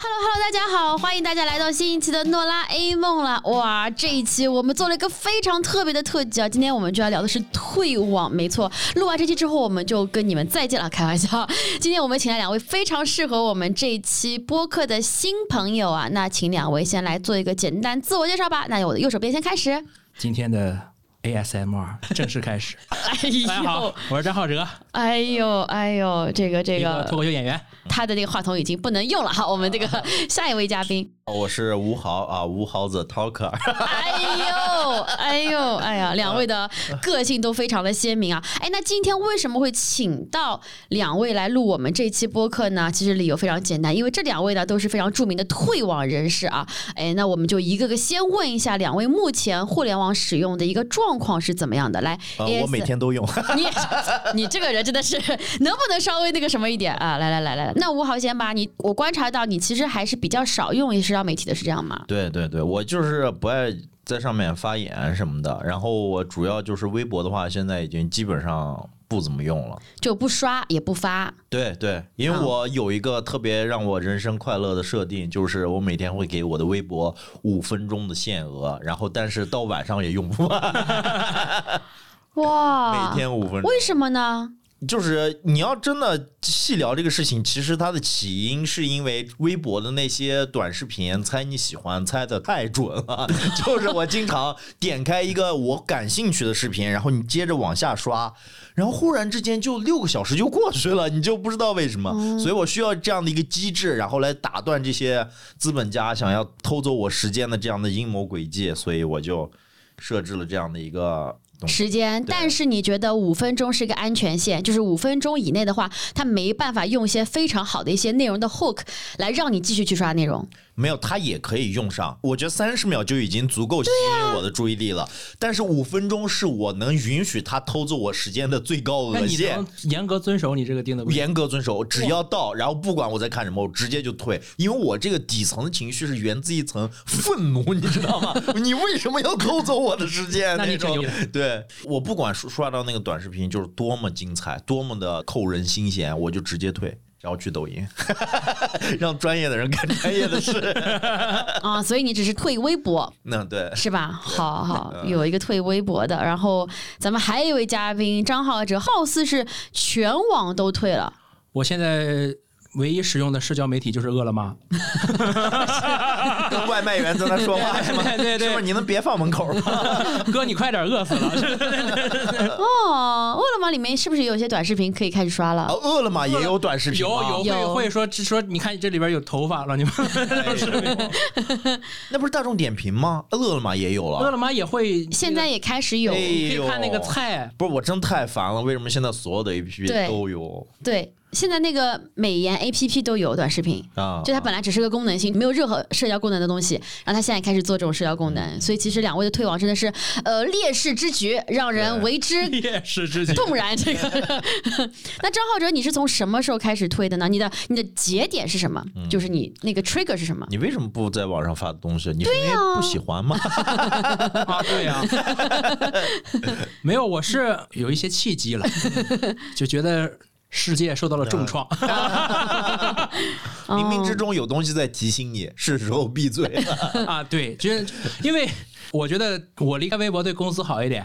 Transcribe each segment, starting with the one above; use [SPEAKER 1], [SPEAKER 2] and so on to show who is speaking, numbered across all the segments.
[SPEAKER 1] Hello Hello，大家好，欢迎大家来到新一期的诺拉 A 梦了。哇，这一期我们做了一个非常特别的特辑啊，今天我们就要聊的是退网，没错。录完这期之后，我们就跟你们再见了，开玩笑。今天我们请来两位非常适合我们这一期播客的新朋友啊，那请两位先来做一个简单自我介绍吧。那我的右手边先开始。
[SPEAKER 2] 今天的 ASMR 正式开始。
[SPEAKER 1] 哎
[SPEAKER 3] 大家好
[SPEAKER 1] 呦，，
[SPEAKER 3] 我是张浩哲，
[SPEAKER 1] 哎呦，哎呦，这个这
[SPEAKER 3] 一个脱
[SPEAKER 1] 个，
[SPEAKER 3] 口秀演员。
[SPEAKER 1] 他的那个话筒已经不能用了哈。我们这个下一位嘉宾。
[SPEAKER 4] 我是吴豪啊，吴豪 the talker，
[SPEAKER 1] 哎呦，哎呦，哎呀，两位的个性都非常的鲜明啊！哎，那今天为什么会请到两位来录我们这期播客呢？其实理由非常简单，因为这两位呢都是非常著名的退网人士啊。哎，那我们就一个个先问一下两位目前互联网使用的一个状况是怎么样的？来
[SPEAKER 4] 呃，
[SPEAKER 1] ，AS，
[SPEAKER 4] 我每天都用。
[SPEAKER 1] 你也是你 这个人真的是能不能稍微那个什么一点啊？来来来来，来那吴豪先吧，你我观察到你其实还是比较少用社交媒体的，是这样吗？
[SPEAKER 4] 对对对，我就是不爱在上面发言什么的。然后我主要就是微博的话，现在已经基本上不怎么用了。
[SPEAKER 1] 就不刷也不发。
[SPEAKER 4] 对对，因为
[SPEAKER 1] 嗯
[SPEAKER 4] 我有一个特别让我人生快乐的设定，就是我每天会给我的微博五分钟的限额，然后但是到晚上也用不完，
[SPEAKER 1] 哇，
[SPEAKER 4] 每天五分钟。
[SPEAKER 1] 为什么呢？
[SPEAKER 4] 就是你要真的细聊这个事情，其实它的起因是因为微博的那些短视频猜你喜欢猜的太准了， 就是我经常点开一个我感兴趣的视频，然后你接着往下刷，然后忽然之间就六个小时就过去了，你就不知道为什么。所以我需要这样的一个机制，然后来打断这些资本家想要偷走我时间的这样的阴谋诡计，所以我就设置了这样的一个东西。
[SPEAKER 1] 时间，
[SPEAKER 4] 对
[SPEAKER 1] 但是你觉得五分钟是个安全线，就是五分钟以内的话，他没办法用一些非常好的一些内容的 hook 来让你继续去刷内 容。
[SPEAKER 4] 没有，它也可以用上。我觉得三十秒就已经足够吸引我的注意力了，但是五分钟是我能允许他偷走我时间的最高
[SPEAKER 3] 那
[SPEAKER 4] 额
[SPEAKER 3] 你
[SPEAKER 4] 限
[SPEAKER 3] 能。严格遵守你这个定的规则？
[SPEAKER 4] 严格遵守，只要到，然后不管我在看什么，我直接就退，因为我这个底层的情绪是源自一层愤怒， 你知道吗？你为什么要偷走我的时间？
[SPEAKER 3] 那你
[SPEAKER 4] 种
[SPEAKER 3] 挺牛逼
[SPEAKER 4] 对我不管刷刷到那个短视频就是多么精彩，多么的扣人心弦，我就直接退，然后去抖音， 让专业的人干专业的事。
[SPEAKER 1] 啊，所以你只是退微博
[SPEAKER 4] 那对，
[SPEAKER 1] 是吧？好 好，
[SPEAKER 4] 嗯
[SPEAKER 1] 有一个退微博的，然后咱们还有一位嘉宾张浩哲，好似是全网都退 了。
[SPEAKER 3] 我现在唯一使用的社交媒体就是饿了么。
[SPEAKER 4] 跟外卖员在那说话是吗？
[SPEAKER 3] 对对对
[SPEAKER 4] 是不是你能别放门口吗？
[SPEAKER 3] 哥，你快点饿 死了！
[SPEAKER 1] 哦，饿了么里面是不是有些短视频可以开始刷了？
[SPEAKER 4] 饿了么也有短视频
[SPEAKER 3] 有
[SPEAKER 4] 吗，
[SPEAKER 3] 有
[SPEAKER 1] 有
[SPEAKER 3] 会会说说，你看这里边有头发了，你们
[SPEAKER 4] 哎呦那不是大众点评吗？饿了么也有
[SPEAKER 3] 饿
[SPEAKER 4] 了。
[SPEAKER 3] 了么也会
[SPEAKER 1] 现在也开始有，
[SPEAKER 4] 哎
[SPEAKER 3] 可以
[SPEAKER 4] 呦
[SPEAKER 3] 看那个菜。
[SPEAKER 4] 不是我真太烦了，为什么现在所有的
[SPEAKER 1] 对
[SPEAKER 4] APP 都有
[SPEAKER 1] 对，现在那个美颜 APP 都有短视频。
[SPEAKER 4] 啊？
[SPEAKER 1] 就它本来只是个功能性，没有任何社交功能的东西，然后它现在开始做这种社交功能，所以其实两位的退网真的是呃劣势之举，让人为之
[SPEAKER 3] 夜市之举，
[SPEAKER 1] 动然。这个， 那张浩哲，你是从什么时候开始退的呢？你的你的节点是什么？就是你那个 trigger 是什么？
[SPEAKER 4] 你为什么不在网上发东西？你是因为不喜欢吗？
[SPEAKER 3] 啊，对呀、没有，我是有一些契机 了，就觉得世界受到了重创。
[SPEAKER 1] 哦
[SPEAKER 4] 冥冥之中有东西在提醒你，是时候闭嘴 了。
[SPEAKER 3] 啊，对，就是因为我觉得我离开微博对公司好一点，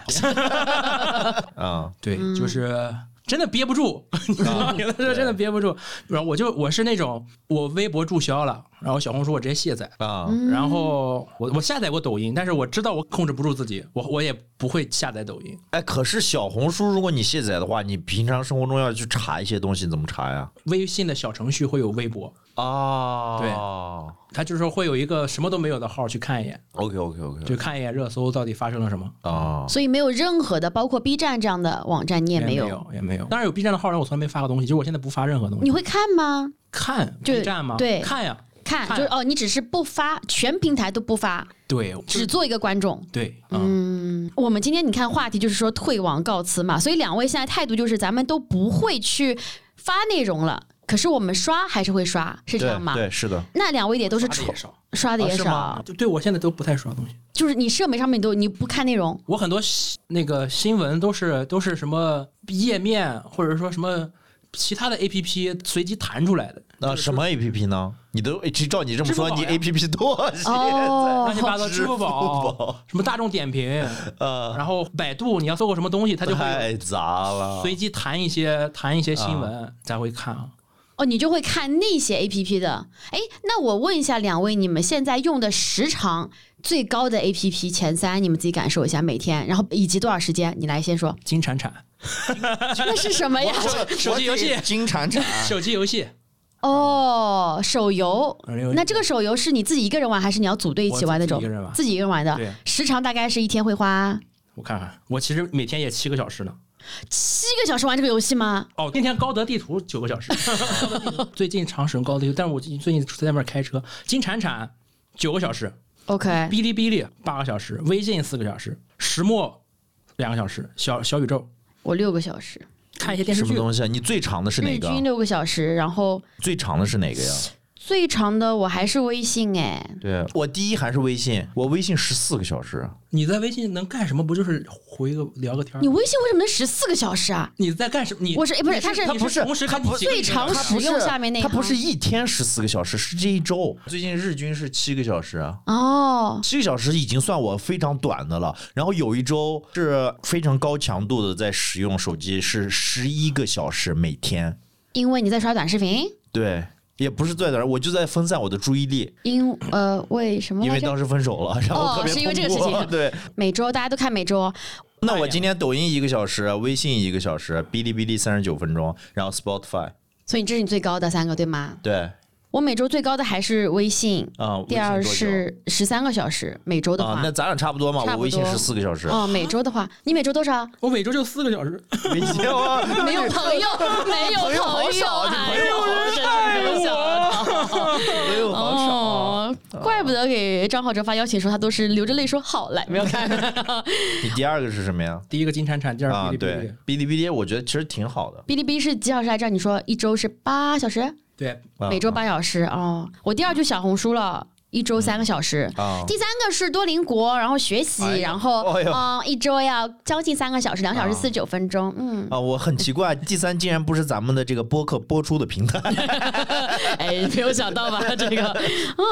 [SPEAKER 4] 啊，
[SPEAKER 3] 对，
[SPEAKER 1] 嗯
[SPEAKER 3] 就是。真的憋不住， 你知道吗？有的时候真的憋不住。然后我就我是那种，我微博注销了，然后小红书我直接卸载，
[SPEAKER 1] 哦
[SPEAKER 4] 啊，
[SPEAKER 1] 嗯
[SPEAKER 3] 然后我我下载过抖音，但是我知道我控制不住自己，我我也不会下载抖音。
[SPEAKER 4] 哎，可是小红书，如果你卸载的话，你平常生活中要去查一些东西，怎么查呀？
[SPEAKER 3] 微信的小程序会有微博，
[SPEAKER 4] 啊
[SPEAKER 3] 对
[SPEAKER 4] 对。
[SPEAKER 3] 它就是会有一个什么都没有的号去看一眼，
[SPEAKER 4] OK OK OK
[SPEAKER 3] 就看一眼热搜到底发生了什么。
[SPEAKER 4] 啊，
[SPEAKER 1] 嗯所以没有任何的，包括 B 站这样的网站，你也没
[SPEAKER 3] 没
[SPEAKER 1] 有。
[SPEAKER 3] 有，也没有。当然有 B 站的号，但我从来没发过东西，就是我现在不发任何东
[SPEAKER 1] 你
[SPEAKER 3] 西。
[SPEAKER 1] 会看吗？
[SPEAKER 3] 看
[SPEAKER 1] 就
[SPEAKER 3] B 站吗？
[SPEAKER 1] 对
[SPEAKER 3] 看呀，
[SPEAKER 1] 看，
[SPEAKER 3] 看
[SPEAKER 1] 就是哦，你只是不发，全平台都不发，
[SPEAKER 3] 对，
[SPEAKER 1] 只做一个观众。
[SPEAKER 3] 对，嗯，
[SPEAKER 1] 我们今天你看话题就是说退网告辞嘛，所以两位现在态度就是咱们都不会去发内容了，可是我们刷还是会刷，是这样吗？
[SPEAKER 4] 对，是的。
[SPEAKER 1] 那两位也都是
[SPEAKER 3] 刷
[SPEAKER 1] 冲
[SPEAKER 3] 的也少
[SPEAKER 1] 刷的也
[SPEAKER 4] 啊是
[SPEAKER 1] 少，
[SPEAKER 4] 吗
[SPEAKER 3] 对，对我现在都不太刷东西。
[SPEAKER 1] 就是你社媒上面你都你不看内容，
[SPEAKER 3] 我很多新那个新闻都是都是什么页面，或者说什么其他的 A P P 随机弹出来的，
[SPEAKER 4] 那什么 A P P 呢？你都哎其实照你这么
[SPEAKER 3] 支付
[SPEAKER 4] 说，
[SPEAKER 3] 宝
[SPEAKER 4] 你
[SPEAKER 3] 呀
[SPEAKER 4] A P P 多现在
[SPEAKER 1] 哦
[SPEAKER 3] 乱七八糟，
[SPEAKER 4] 支
[SPEAKER 3] 支
[SPEAKER 4] 付
[SPEAKER 3] 付
[SPEAKER 4] 宝
[SPEAKER 3] 宝、啊什么大众点评，
[SPEAKER 4] 呃，
[SPEAKER 3] 然后百度，你要搜过什么东西，它就会
[SPEAKER 4] 太杂了。
[SPEAKER 3] 随机弹一些弹一些新闻，咱会看啊。
[SPEAKER 1] 哦，你就会看那些 A P P 的。哎，那我问一下两位，你们现在用的时长最高的 A P P 前三，你们自己感受一下，每天，然后以及多少时间？你来先说，
[SPEAKER 3] 金铲铲，
[SPEAKER 1] 那是什哎么呀？
[SPEAKER 3] 手机游戏
[SPEAKER 4] 金铲铲，
[SPEAKER 3] 手机游戏，
[SPEAKER 1] 哦，手游。
[SPEAKER 3] 手机游戏
[SPEAKER 1] 那这个手游是你自己一个人玩，还是你要组队一起玩那种
[SPEAKER 3] 我自己一个人？玩
[SPEAKER 1] 自己一个人玩的
[SPEAKER 3] 对，
[SPEAKER 1] 时长大概是一天会花
[SPEAKER 3] 我看看，我其实每天也七个小时呢。
[SPEAKER 1] 七个小时玩这个游戏吗？
[SPEAKER 3] 哦，那天高德地图九个小时，最近常使用高德地图，但是我最近在外面开车，金铲铲九个小时，
[SPEAKER 1] OK，
[SPEAKER 3] 哔哩哔哩八个小时，微信四个小时，石墨两个小时，小小宇宙
[SPEAKER 1] 我六个小时，
[SPEAKER 3] 看一些电视
[SPEAKER 4] 什么
[SPEAKER 3] 剧，
[SPEAKER 4] 东西啊？你最长的是
[SPEAKER 1] 日
[SPEAKER 4] 哪个？
[SPEAKER 1] 均六个小时，然后
[SPEAKER 4] 最长的是哪个呀？
[SPEAKER 1] 最长的我还是微信哎，
[SPEAKER 4] 对我第一还是微信，我微信十四个小时。
[SPEAKER 3] 你在微信能干什么？不就是回个聊个天儿
[SPEAKER 1] 你？微信为什么能十四个小时啊？
[SPEAKER 3] 你在干什么？你
[SPEAKER 1] 我是哎不是
[SPEAKER 3] 你
[SPEAKER 1] 它是
[SPEAKER 3] 是
[SPEAKER 1] 它
[SPEAKER 3] 你
[SPEAKER 4] 不是
[SPEAKER 3] 同时
[SPEAKER 4] 它
[SPEAKER 3] 看你
[SPEAKER 4] 不
[SPEAKER 3] 几个
[SPEAKER 1] 最
[SPEAKER 3] 电视
[SPEAKER 1] 长
[SPEAKER 3] 剧
[SPEAKER 1] 时不是右下面那一
[SPEAKER 4] 它
[SPEAKER 1] 行
[SPEAKER 4] 不是一天十四个小时，是这一周。最近日均是七个小时啊，
[SPEAKER 1] 哦，
[SPEAKER 4] 七个小时已经算我非常短的了。然后有一周是非常高强度的在使用手机，是十一个小时每天。
[SPEAKER 1] 因为你在刷短视频，
[SPEAKER 4] 对，也不是在哪儿，我就在分散我的注意力，
[SPEAKER 1] 因呃为什么
[SPEAKER 4] 因
[SPEAKER 1] 来
[SPEAKER 4] 为
[SPEAKER 1] 着？
[SPEAKER 4] 当时分手了，然后
[SPEAKER 1] 哦
[SPEAKER 4] 特别
[SPEAKER 1] 是因为这个
[SPEAKER 4] 痛苦
[SPEAKER 1] 事情
[SPEAKER 4] 对，
[SPEAKER 1] 每周大家都看每周，
[SPEAKER 4] 那我今天抖音一个小时，微信一个小时，哔哩哔哩三十九分钟，然后 Spotify
[SPEAKER 1] 所以这是你最高的三个对吗？
[SPEAKER 4] 对啊、
[SPEAKER 1] 我每周最高的还是微信，
[SPEAKER 4] 嗯
[SPEAKER 1] 第二
[SPEAKER 4] 微信多久
[SPEAKER 1] 是十三个小时，每周的
[SPEAKER 4] 啊，
[SPEAKER 1] 话
[SPEAKER 4] 那。咱俩差不多嘛，
[SPEAKER 1] 差
[SPEAKER 4] 我
[SPEAKER 1] 不
[SPEAKER 4] 微信
[SPEAKER 1] 多
[SPEAKER 4] 十四个小时，
[SPEAKER 1] 哦，每周的话，你每周多少？
[SPEAKER 3] 我每周就四个小时，
[SPEAKER 4] 微信啊，
[SPEAKER 1] 没有朋友，没有
[SPEAKER 4] 朋友好
[SPEAKER 1] 友
[SPEAKER 4] 少
[SPEAKER 1] 啊，
[SPEAKER 4] 你朋
[SPEAKER 1] 哎呦
[SPEAKER 4] 友好
[SPEAKER 1] 真是没有想 到。
[SPEAKER 4] 没有好少啊。
[SPEAKER 1] 哦，怪不得给张浩哲发邀请说他都是流着泪说好来，没有看。
[SPEAKER 4] 你第二个是什么呀？
[SPEAKER 3] 第一个金铲铲，第二个
[SPEAKER 4] 啊，
[SPEAKER 3] 哔哩哔
[SPEAKER 4] 对
[SPEAKER 3] 哩，，
[SPEAKER 4] 哔哩哔哩，我觉得其实挺好的。
[SPEAKER 1] 哔哩哔哩是几小时来着？你说一周是八小时，
[SPEAKER 3] 对，
[SPEAKER 4] 啊
[SPEAKER 1] 每周八小时哦。我第二就小红书了，一周三个小时。
[SPEAKER 4] 啊，
[SPEAKER 1] 第三个是多邻国，然后学习，
[SPEAKER 4] 哎呀
[SPEAKER 1] 然后
[SPEAKER 4] 哎呦
[SPEAKER 1] 嗯，一周要将近三个小时，两小时
[SPEAKER 4] 啊
[SPEAKER 1] 四十九分钟。嗯，
[SPEAKER 4] 啊，我很奇怪，第三竟然不是咱们的这个播客播出的平台。
[SPEAKER 1] 哎，没有想 到吧？这个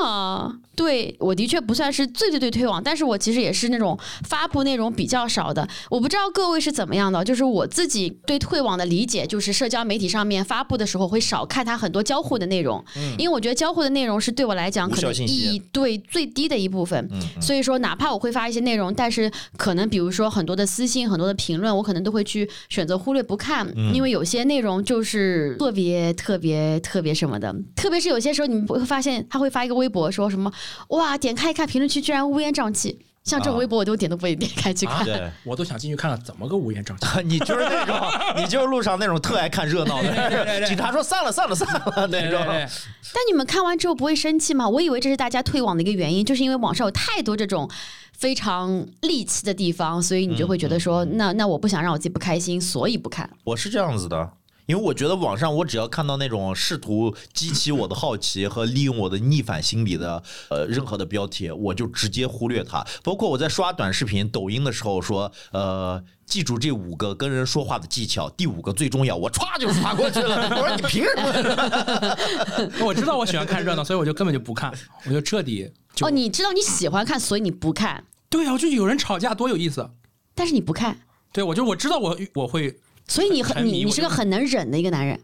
[SPEAKER 1] 啊，对我的确不算是最最最推广，但是我其实也是那种发布内容比较少的。我不知道各位是怎么样的，就是我自己对退网的理解，就是社交媒体上面发布的时候会少看它很多交互的内容，因为我觉得交互的内容是对我来讲
[SPEAKER 4] 无
[SPEAKER 1] 可
[SPEAKER 4] 效
[SPEAKER 1] 能
[SPEAKER 4] 信
[SPEAKER 1] 意
[SPEAKER 4] 息
[SPEAKER 1] 义对最低的一部分。
[SPEAKER 4] 嗯，
[SPEAKER 1] 所以说，哪怕我会发一些内容，但是可能比如说很多的私信、很多的评论，我可能都会去选择忽略不看，
[SPEAKER 3] 嗯
[SPEAKER 1] 因为有些内容就是特别特别特别什么的。特别是有些时候，你们会发现他会发一个微博说什么“哇”，点开一看评论区居然乌烟瘴气，像这种
[SPEAKER 4] 啊
[SPEAKER 1] 微博我都点都不会点开去看。
[SPEAKER 3] 啊
[SPEAKER 4] 对，
[SPEAKER 3] 我都想进去看看怎么个乌烟瘴气。
[SPEAKER 4] 你就是那种，你就是路上那种特爱看热闹的，警察说散了散了散了那种。
[SPEAKER 3] 对
[SPEAKER 1] 但你们看完之后不会生气吗？我以为这是大家退网的一个原因，就是因为网上有太多这种非常戾气的地方，所以你就会觉得
[SPEAKER 3] 嗯
[SPEAKER 1] 说，那那我不想让我自己不开心，所以不看。
[SPEAKER 4] 我是这样子的。因为我觉得网上，我只要看到那种试图激起我的好奇和利用我的逆反心理的呃任何的标题，我就直接忽略它。包括我在刷短视频、抖音的时候说，呃，记住这五个跟人说话的技巧，第五个最重要，我歘就刷过去了。我说你凭什么？
[SPEAKER 3] 对， 我知道我喜欢看热闹，所以我就根本就不看，我就彻底就
[SPEAKER 1] 哦，你知道你喜欢看，所以你不看，
[SPEAKER 3] 对啊，我就有人吵架多有意思。
[SPEAKER 1] 但是你不看，
[SPEAKER 3] 对，我就我知道我 我会
[SPEAKER 1] 所以你很
[SPEAKER 3] 沉迷
[SPEAKER 1] 你
[SPEAKER 3] 我
[SPEAKER 1] 你是个
[SPEAKER 3] 就
[SPEAKER 1] 很能忍的一个男人。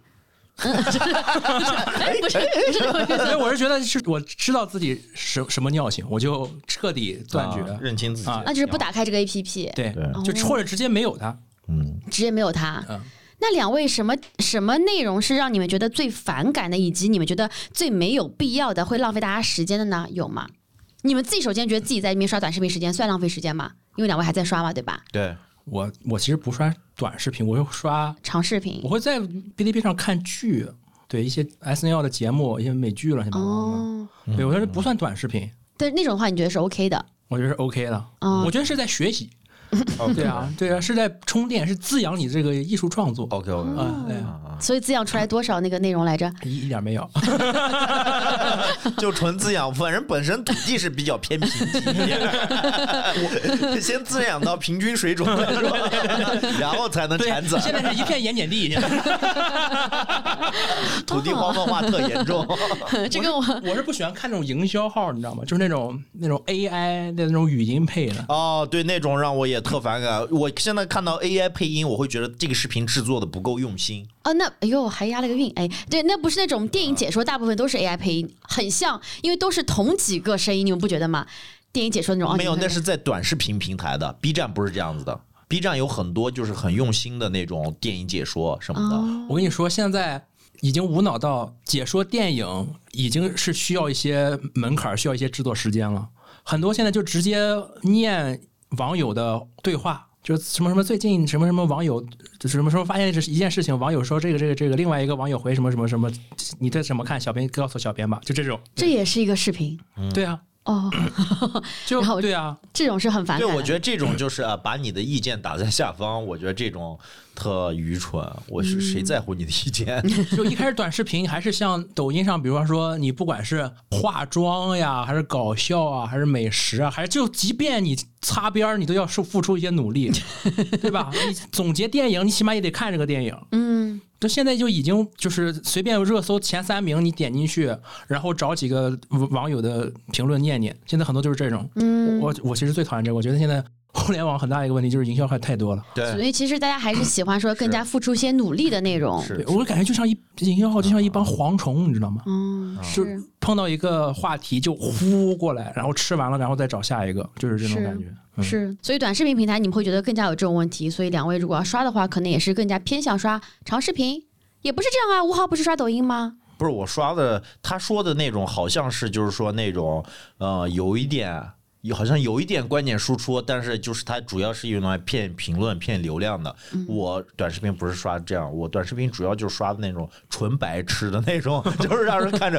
[SPEAKER 1] 嗯，不是不是不是，
[SPEAKER 3] 所以我是觉得是我知道自己什什么尿性，我就彻底断绝。
[SPEAKER 4] 啊认清自己
[SPEAKER 3] 啊，
[SPEAKER 1] 那就是不打开这个 A P P，
[SPEAKER 3] 对，
[SPEAKER 4] 对
[SPEAKER 1] 哦
[SPEAKER 3] 就或者直接没有它。
[SPEAKER 4] 嗯，
[SPEAKER 1] 直接没有它
[SPEAKER 3] 嗯。
[SPEAKER 1] 那两位什么什么内容是让你们觉得最反感的，以及你们觉得最没有必要的，会浪费大家时间的呢？有吗？你们自己首先觉得自己在里面刷短视频时间算浪费时间吗？因为两位还在刷嘛，对吧？
[SPEAKER 4] 对，
[SPEAKER 3] 我我其实不刷短视频，我就刷，
[SPEAKER 1] 长视频
[SPEAKER 3] 我会在哔哩哔哩上看剧，对一些 S N L 的节目，一些美剧了，现在。
[SPEAKER 1] 哦，
[SPEAKER 3] 对，我觉得不算短视频，
[SPEAKER 1] 但是那种的话你觉得是 OK 的？
[SPEAKER 3] 我觉得是 OK 的。
[SPEAKER 1] 嗯
[SPEAKER 3] 我觉得是在学习，
[SPEAKER 4] 哦
[SPEAKER 3] 对啊，对啊，是在充电，是滋养你这个艺术创作。
[SPEAKER 4] ，OK OK，
[SPEAKER 3] 啊，对啊，
[SPEAKER 1] 所以滋养出来多少那个内容来 着？
[SPEAKER 3] 一一点没有。
[SPEAKER 4] 就纯滋养，反正本身土地是比较偏贫瘠 一点，我先滋养到平均水准了，是 吧然后才能
[SPEAKER 2] 对
[SPEAKER 4] 产，
[SPEAKER 2] 现
[SPEAKER 4] 籽。
[SPEAKER 2] 在是一片盐碱地。
[SPEAKER 4] 土地荒漠化特严重，
[SPEAKER 3] 啊
[SPEAKER 1] 这个我
[SPEAKER 3] 我是不喜欢看那种营销号，你知道吗？就是那种那种 AI 的那种语音配的。
[SPEAKER 4] 哦，对，那种让我也特反感。我现在看到 AI 配音，我会觉得这个视频制作的不够用心。
[SPEAKER 1] 哦，那哎呦，还押了个韵，哎，对，那不是那种电影解说，大部分都是 AI 配音，很像，因为都是同几个声音，你们不觉得吗？电影解说那种，哦
[SPEAKER 4] 没有，
[SPEAKER 1] 你们
[SPEAKER 4] 那是在短视频平台的，B 站不是这样子的。B 站有很多就是很用心的那种电影解说什么的，
[SPEAKER 1] 哦，
[SPEAKER 3] 我跟你说，现在已经无脑到解说电影已经是需要一些门槛，需要一些制作时间了。很多现在就直接念网友的对话，就是什么什么最近什么什么网友就是什么什么发现这是一件事情，网友说这个这个这个，另外一个网友回什么什么什么，你这怎么看？小编告诉小编吧，就这种。
[SPEAKER 1] 这也是一个视频
[SPEAKER 3] 对啊，
[SPEAKER 1] 哦，
[SPEAKER 3] 就
[SPEAKER 1] 然后
[SPEAKER 3] 对啊，
[SPEAKER 1] 这种是很反
[SPEAKER 4] 对，
[SPEAKER 1] 感嗯的。
[SPEAKER 4] 我觉得这种就是啊，把你的意见打在下方，我觉得这种特愚蠢。我是谁
[SPEAKER 1] 嗯
[SPEAKER 4] 在乎你的意见？
[SPEAKER 3] 就一开始短视频还是像抖音上，比方说你不管是化妆呀，还是搞笑啊，还是美食啊，还是就即便你擦边儿，你都要付付出一些努力，对吧？你总结电影，你起码也得看这个电影。
[SPEAKER 1] 嗯，
[SPEAKER 3] 就现在就已经就是随便热搜前三名，你点进去，然后找几个网网友的评论念念。现在很多就是这种。嗯，我我其实最讨厌这个，我觉得现在互联网很大一个问题就是营销还太多了。
[SPEAKER 1] 所
[SPEAKER 4] 对，
[SPEAKER 1] 以其实大家还是喜欢说更加付出一些努力的内容。
[SPEAKER 3] 对
[SPEAKER 4] 是
[SPEAKER 3] 我感觉就像一营销号就像一帮蝗虫，你知道吗？
[SPEAKER 1] 嗯，。
[SPEAKER 3] 哦就是碰到一个话题就呼过来，然后吃完了，然后再找下一个，就是这种
[SPEAKER 1] 是
[SPEAKER 3] 感觉。嗯
[SPEAKER 1] 是，所以短视频平台你们会觉得更加有这种问题，所以两位如果要刷的话，可能也是更加偏向刷长视频，也不是这样啊。吴豪不是刷抖音吗？
[SPEAKER 4] 不是我刷的，他说的那种好像是就是说那种呃，有一点。有好像有一点观点输出，但是就是它主要是用来骗评论、骗流量的。
[SPEAKER 1] 嗯
[SPEAKER 4] 我短视频不是刷这样，我短视频主要就是刷的那种纯白痴的那种， 就是让人看着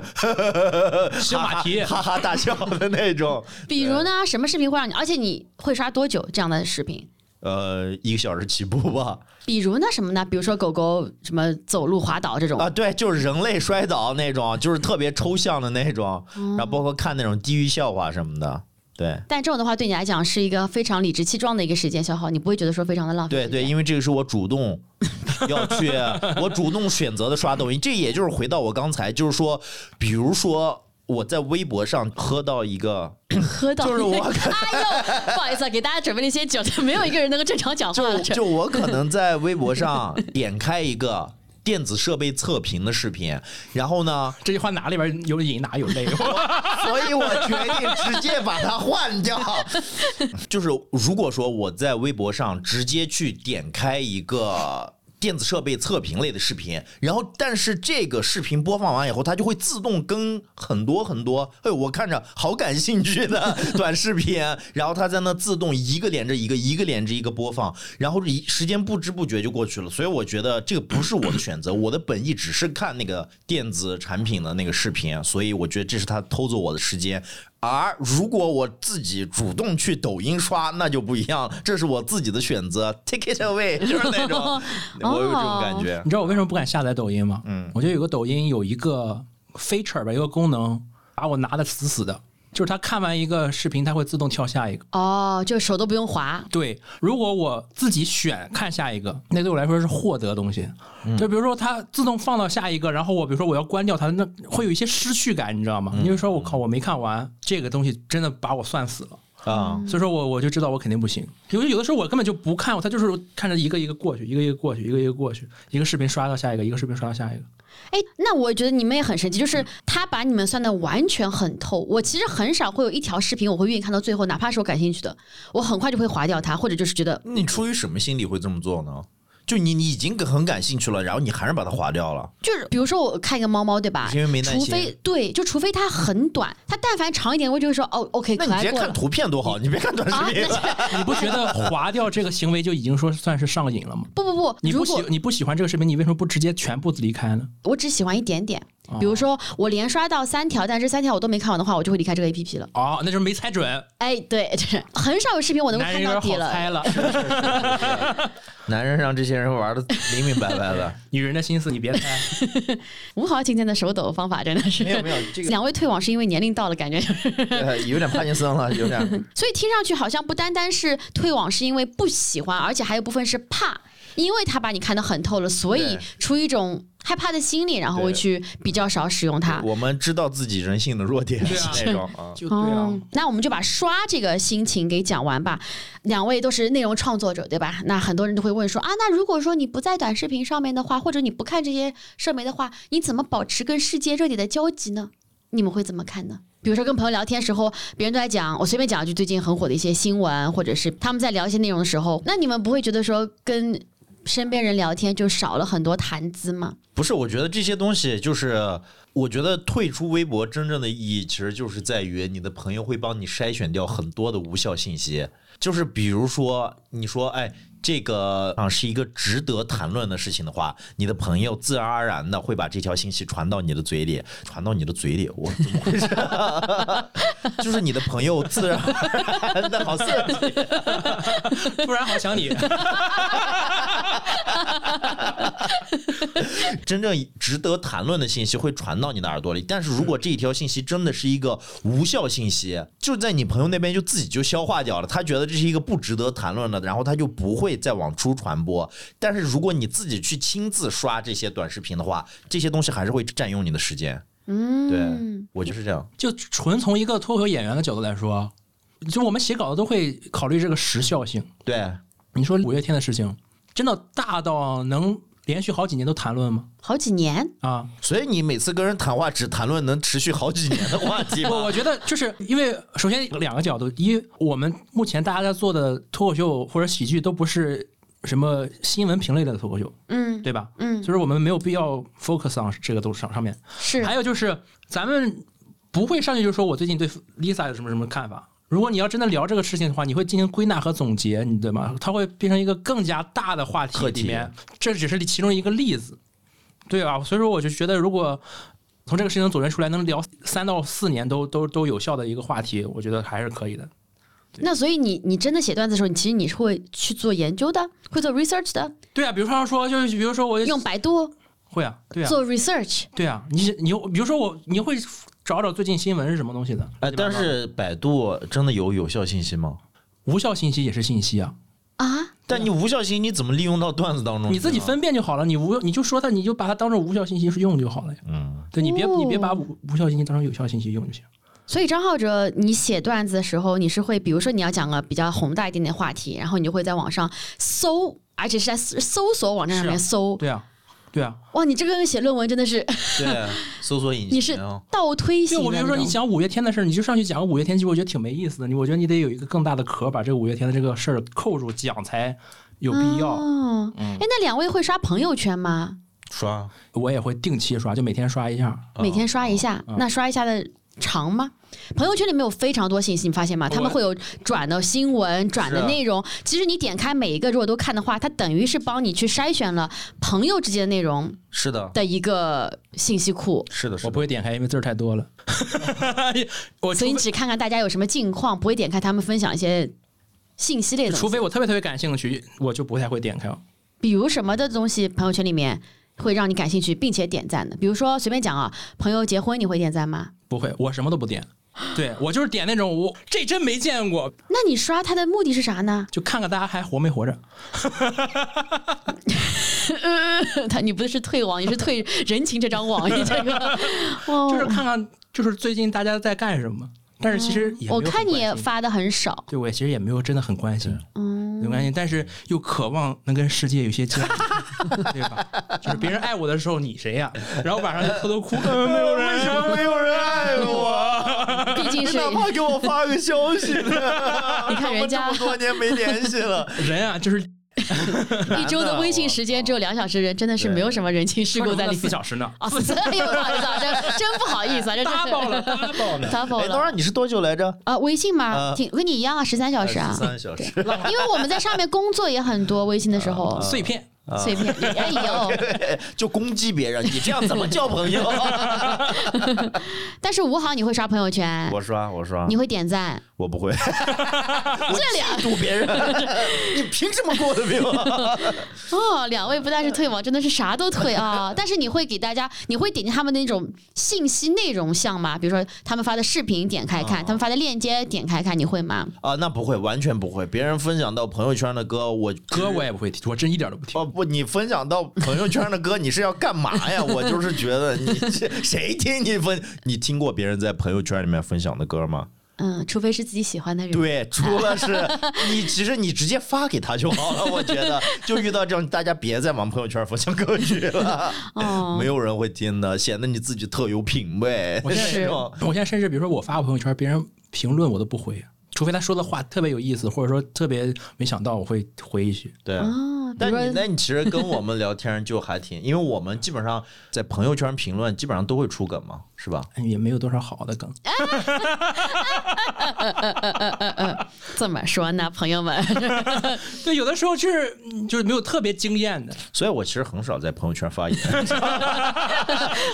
[SPEAKER 2] 小马蹄
[SPEAKER 4] 哈哈大笑的那种。
[SPEAKER 1] 比如呢，什么视频会让你，而且你会刷多久这样的视频？
[SPEAKER 4] 呃，一个小时起步吧。
[SPEAKER 1] 比如呢什么呢？比如说狗狗什么走路滑倒这种，
[SPEAKER 4] 啊，对，就是人类摔倒那种，就是特别抽象的那种，然后包括看那种地狱笑话什么的。对，
[SPEAKER 1] 但这种的话对你来讲是一个非常理直气壮的一个时间消耗，你不会觉得说非常的浪费
[SPEAKER 4] 对
[SPEAKER 1] 时间。
[SPEAKER 4] 对，因为这个是我主动要去，我主动选择的刷抖音，这也就是回到我刚才，就是说，比如说我在微博上喝到一个，
[SPEAKER 1] 喝到
[SPEAKER 4] 就是我
[SPEAKER 1] 哎呦，不好意思啊，给大家准备了一些酒，但没有一个人能够正常讲话
[SPEAKER 4] 就
[SPEAKER 1] 了。这
[SPEAKER 4] 就我可能在微博上点开一个电子设备测评的视频，然后呢，
[SPEAKER 3] 这句话哪里边有引，哪有泪？
[SPEAKER 4] 所以我决定直接把它换掉。就是如果说我在微博上直接去点开一个。电子设备测评类的视频，然后但是这个视频播放完以后，它就会自动跟很多很多，哎呦，我看着好感兴趣的短视频，然后它在那自动一个连着一个，一个连着一个播放，然后一时间不知不觉就过去了。所以我觉得这个不是我的选择，我的本意只是看那个电子产品的那个视频，所以我觉得这是他偷走我的时间。而如果我自己主动去抖音刷，那就不一样了，这是我自己的选择，take it away，就是那种，我有这种感觉。
[SPEAKER 3] 你知道我为什么不敢下载抖音吗？嗯，我觉得有个抖音有一个 feature 吧，有个功能把我拿的死死的，就是他看完一个视频，他会自动跳下一个。
[SPEAKER 1] 哦，就手都不用滑，
[SPEAKER 3] 对，如果我自己选看下一个，那对我来说是获得的东西。就比如说它自动放到下一个，然后我比如说我要关掉它，那会有一些失去感，你知道吗？因为说我靠，我没看完这个东西，真的把我算死了。
[SPEAKER 4] 啊、
[SPEAKER 3] 所以说我我就知道我肯定不行。有有的时候我根本就不看，他就是看着一个一个过去，一个一个过去，一个一个过去，一个视频刷到下一个，一个视频刷到下一个。
[SPEAKER 1] 哎，那我觉得你们也很神奇，
[SPEAKER 4] 嗯
[SPEAKER 1] 就是他把你们算的完全很透。我其实很少会有一条视频我会愿意看到最后，哪怕是我感兴趣的，我很快就会划掉它，或者就是觉得
[SPEAKER 4] 你出于什么心理会这么做呢？就你你已经很感兴趣了，然后你还是把它划掉了，
[SPEAKER 1] 就是比如说我看一个猫猫，对吧？
[SPEAKER 4] 因为没耐心
[SPEAKER 1] 除非对，就除非它很短，它但凡长一点，我就会说哦，OK，
[SPEAKER 4] 那
[SPEAKER 1] 可
[SPEAKER 4] 你直
[SPEAKER 1] 爱
[SPEAKER 4] 接
[SPEAKER 1] 过
[SPEAKER 4] 看
[SPEAKER 1] 了。
[SPEAKER 4] 图片多好，你别看短
[SPEAKER 1] 啊
[SPEAKER 4] 视频了。
[SPEAKER 3] 你不觉得划掉这个行为就已经说算是上瘾了吗？
[SPEAKER 1] 不不不，
[SPEAKER 3] 你
[SPEAKER 1] 如
[SPEAKER 3] 不喜
[SPEAKER 1] 果
[SPEAKER 3] 你不喜欢这个视频，你为什么不直接全部离开呢？
[SPEAKER 1] 我只喜欢一点点，比
[SPEAKER 4] 哦
[SPEAKER 1] 如说我连刷到三条，但是三条我都没看完的话，我就会离开这个 A P P 了。
[SPEAKER 3] 哦，那就是没猜准，
[SPEAKER 1] 哎，对，就是很少有视频我能够
[SPEAKER 3] 男人
[SPEAKER 1] 看
[SPEAKER 3] 有
[SPEAKER 1] 到底
[SPEAKER 3] 点好
[SPEAKER 1] 了。
[SPEAKER 3] 猜了，
[SPEAKER 4] 男人让这些人玩的明明白白的。
[SPEAKER 3] 女人的心思你别猜。
[SPEAKER 1] 吴豪今天的手抖方法真的是
[SPEAKER 4] 没有没有，这个
[SPEAKER 1] 两位退网是因为年龄到了，感觉就是，
[SPEAKER 4] 呃有点帕金森了，有 点。
[SPEAKER 1] 所以听上去好像不单单是退网是因为不喜欢，而且还有部分是怕，因为他把你看得很透了，所以
[SPEAKER 4] 对
[SPEAKER 1] 出于一种害怕的心理，然后会去比较少使用它。
[SPEAKER 4] 我们知道自己人性的弱点
[SPEAKER 3] 对啊
[SPEAKER 4] 那种啊。
[SPEAKER 3] 就
[SPEAKER 1] 哦，那我们就把刷这个心情给讲完吧。两位都是内容创作者，对吧？那很多人都会问说啊，那如果说你不在短视频上面的话，或者你不看这些社媒的话，你怎么保持跟世界热点的交集呢？你们会怎么看呢？比如说跟朋友聊天时候，别人都在讲，我随便讲一句最近很火的一些新闻，或者是他们在聊一些内容的时候，那你们不会觉得说跟身边人聊天就少了很多谈资吗？
[SPEAKER 4] 不是，我觉得这些东西就是，我觉得退出微博真正的意义，其实就是在于你的朋友会帮你筛选掉很多的无效信息。就是比如说，你说，哎，这个啊是一个值得谈论的事情的话，你的朋友自然而然的会把这条信息传到你的嘴里，传到你的嘴里，我怎么回事？ 就是你的朋友自然而然的，好色情。
[SPEAKER 3] 突然好想你，
[SPEAKER 4] 真正值得谈论的信息会传到你的耳朵里。但是如果这一条信息真的是一个无效信息，就在你朋友那边就自己就消化掉了，他觉得这是一个不值得谈论的，然后他就不会再往出传播。但是如果你自己去亲自刷这些短视频的话，这些东西还是会占用你的时间。
[SPEAKER 1] 嗯，
[SPEAKER 4] 我就是这样，
[SPEAKER 3] 就纯从一个脱口演员的角度来说，就我们写稿子都会考虑这个时效性。
[SPEAKER 4] 对，啊
[SPEAKER 3] 你说五月天的事情，真的大到能连续好几年都谈论吗？
[SPEAKER 1] 好几年，
[SPEAKER 3] 啊，
[SPEAKER 4] 所以你每次跟人谈话只谈论能持续好几年的话题
[SPEAKER 3] 我
[SPEAKER 4] 吗？
[SPEAKER 3] 我觉得就是因为首先两个角度，一我们目前大家在做的脱口秀或者喜剧都不是什么新闻评类的脱口秀，
[SPEAKER 1] 嗯
[SPEAKER 3] 对吧？
[SPEAKER 1] 嗯，
[SPEAKER 3] 就是我们没有必要 focus on 这个都上上面。
[SPEAKER 1] 是
[SPEAKER 3] 还有就是咱们不会上去就说我最近对 Lisa 有什么什么看法。如果你要真的聊这个事情的话，你会进行归纳和总结，你对吗？它会变成一个更加大的话题
[SPEAKER 4] 课题
[SPEAKER 3] 里面，这只是其中一个例子，对吧？所以说，我就觉得如果从这个事情总结出来，能聊三到四年都都都有效的一个话题，我觉得还是可以的。
[SPEAKER 1] 那所以你你真的写段子的时候，你其实你是会去做研究的，会做 research 的，
[SPEAKER 3] 对啊，比如说说，就是比如说我
[SPEAKER 1] 用百度
[SPEAKER 3] 会啊，对啊，
[SPEAKER 1] 做 research。
[SPEAKER 3] 对啊，你你比如说我你会找找最近新闻是什么东西的，
[SPEAKER 4] 哎，但是百度真的有有效信息吗？
[SPEAKER 3] 无效信息也是信息啊，
[SPEAKER 1] 啊，
[SPEAKER 4] 但你无效信息你怎么利用到段子当中去呢？
[SPEAKER 3] 你自己分辨就好了，你无你就说它，你就把它当成无效信息是用就好了呀。
[SPEAKER 4] 嗯。
[SPEAKER 3] 对你别
[SPEAKER 1] 哦
[SPEAKER 3] 你别把无无效信息当成有效信息用就行。
[SPEAKER 1] 所以张浩哲，你写段子的时候，你是会，比如说你要讲个比较宏大一点点话题，然后你就会在网上搜，而且是在搜搜索网站上面搜。
[SPEAKER 3] 对啊，对啊。
[SPEAKER 1] 哇，你这个跟写论文真的是，
[SPEAKER 4] 对，搜索引
[SPEAKER 1] 你是
[SPEAKER 4] 擎啊。
[SPEAKER 1] 倒推型
[SPEAKER 3] 就
[SPEAKER 1] 的那种。
[SPEAKER 3] 我比如说你讲五月天的事儿，你就上去讲个五月天，其实我觉得挺没意思的。你我觉得你得有一个更大的壳，把这个五月天的这个事儿扣住讲才有必要。嗯
[SPEAKER 1] 哦，哎，那两位会刷朋友圈吗？
[SPEAKER 4] 刷，啊
[SPEAKER 3] 我也会定期刷，就每天刷一下。
[SPEAKER 1] 每天刷一下，
[SPEAKER 3] 啊
[SPEAKER 1] 那刷一下的长吗？朋友圈里面有非常多信息，你发现吗？他们会有转的新闻、转
[SPEAKER 3] 啊
[SPEAKER 1] 的内容。其实你点开每一个，如果都看的话，它等于是帮你去筛选了朋友之间的内容
[SPEAKER 4] 是的，
[SPEAKER 1] 的一个信息库。
[SPEAKER 4] 是的，是
[SPEAKER 3] 我
[SPEAKER 4] 的。
[SPEAKER 3] 不会点开，因为字儿太多 了。我
[SPEAKER 1] 所以你
[SPEAKER 3] 除非
[SPEAKER 1] 只看看大家有什么近况，不会点开他们分享一些信息类的
[SPEAKER 3] 除
[SPEAKER 1] 东西，
[SPEAKER 3] 非我特别特别感兴趣，我就不太会点开。
[SPEAKER 1] 比如什么的东西，朋友圈里面会让你感兴趣并且点赞的。比如说随便讲啊，朋友结婚你会点赞吗？
[SPEAKER 3] 不会，我什么都不点。对我就是点那种我这真没见过，
[SPEAKER 1] 那你刷它的目的是啥呢？
[SPEAKER 3] 就看看大家还活没活着。
[SPEAKER 1] 他你不是退网，你是 退人情这张网，你这个
[SPEAKER 3] 就是
[SPEAKER 1] 哦。
[SPEAKER 3] 看看就是最近大家在干什么。但是其实也没有
[SPEAKER 1] 哦我
[SPEAKER 3] 很
[SPEAKER 1] 看你
[SPEAKER 3] 关心
[SPEAKER 1] 发的很少，
[SPEAKER 3] 对我也其实也没有真的很关心，
[SPEAKER 1] 嗯，
[SPEAKER 3] 很关心，但是又渴望能跟世界有些接触， 对吧？就是别人爱我的时候，你谁呀、然后晚上就偷偷 哭，嗯没有人。
[SPEAKER 4] 么没有人爱我？
[SPEAKER 1] 毕竟是
[SPEAKER 4] 给我发个 消息呢
[SPEAKER 1] 你看人家
[SPEAKER 4] 我年没联系了，
[SPEAKER 3] 人啊，就是
[SPEAKER 1] 一周的微信时间只有两小时，人真的是没有什么人情世故在里
[SPEAKER 3] 四
[SPEAKER 1] 面。
[SPEAKER 3] 小时呢，
[SPEAKER 1] 啊，四小时，哎呦，不好意思啊，这真不好意思啊，这真
[SPEAKER 3] 搭爆了，
[SPEAKER 1] 是
[SPEAKER 3] 搭爆 了。
[SPEAKER 1] 打爆
[SPEAKER 4] 哎，等会
[SPEAKER 1] 了。
[SPEAKER 4] 儿你是多久来着？
[SPEAKER 1] 啊，微信嘛，
[SPEAKER 4] 呃
[SPEAKER 1] 挺跟你一样啊，十三小时啊，
[SPEAKER 4] 三小时。
[SPEAKER 3] 啊
[SPEAKER 1] 因为我们在上面工作也很多，微信的时候，
[SPEAKER 3] 碎片，
[SPEAKER 1] 碎片，哎呦！
[SPEAKER 4] 就攻击别 人，你这样怎么交朋友？
[SPEAKER 1] 但是吴航，你会刷朋友圈，
[SPEAKER 4] 我刷我刷
[SPEAKER 1] 你，会点赞，
[SPEAKER 4] 我不会，
[SPEAKER 1] 这两
[SPEAKER 4] 堵别 人，你凭什么过得比 我？
[SPEAKER 1] 哦，两位不但是退网，真的是啥都退 啊！但是你会给大家，你会点进他们那种信息内容项吗？比如说他们发的视频点开看，他们发的链接点开看，你会吗？
[SPEAKER 4] 啊，那不会，完全不会。别人分享到朋友圈的歌，我
[SPEAKER 3] 歌我也不会听，我真一点都不听。
[SPEAKER 4] 哦 不，你分享到朋友圈的歌，你是要干嘛呀？ 我就是觉得你这谁听你分？你听过别人在朋友圈里面分享的歌吗？
[SPEAKER 1] 嗯，除非是自己喜欢的人。
[SPEAKER 4] 对，除了是你，其实你直接发给他就好了。我觉得，就遇到这种，大家别再往朋友圈分享歌曲了，
[SPEAKER 1] 哦
[SPEAKER 4] 没，有人会听的，显得你自己特有品味，
[SPEAKER 3] 我现 在
[SPEAKER 4] 是吗？
[SPEAKER 3] 我现在甚至比如说我发个朋友圈，别人评论我都不回，除非他说的话特别有意思，或者说特别没想到，我会回一句。
[SPEAKER 4] 对啊。
[SPEAKER 1] 哦，比
[SPEAKER 4] 但
[SPEAKER 1] 如
[SPEAKER 4] 你
[SPEAKER 1] 说
[SPEAKER 4] 那你其实跟我们聊天就还挺，因为我们基本上在朋友圈评论基本上都会出梗嘛，是吧？
[SPEAKER 3] 哎也没有多少好的梗，
[SPEAKER 1] 这么说呢，朋友 们，
[SPEAKER 3] 对，有的时候就是嗯就是没有特别惊艳的，
[SPEAKER 4] 所以我其实很少在朋友圈发言，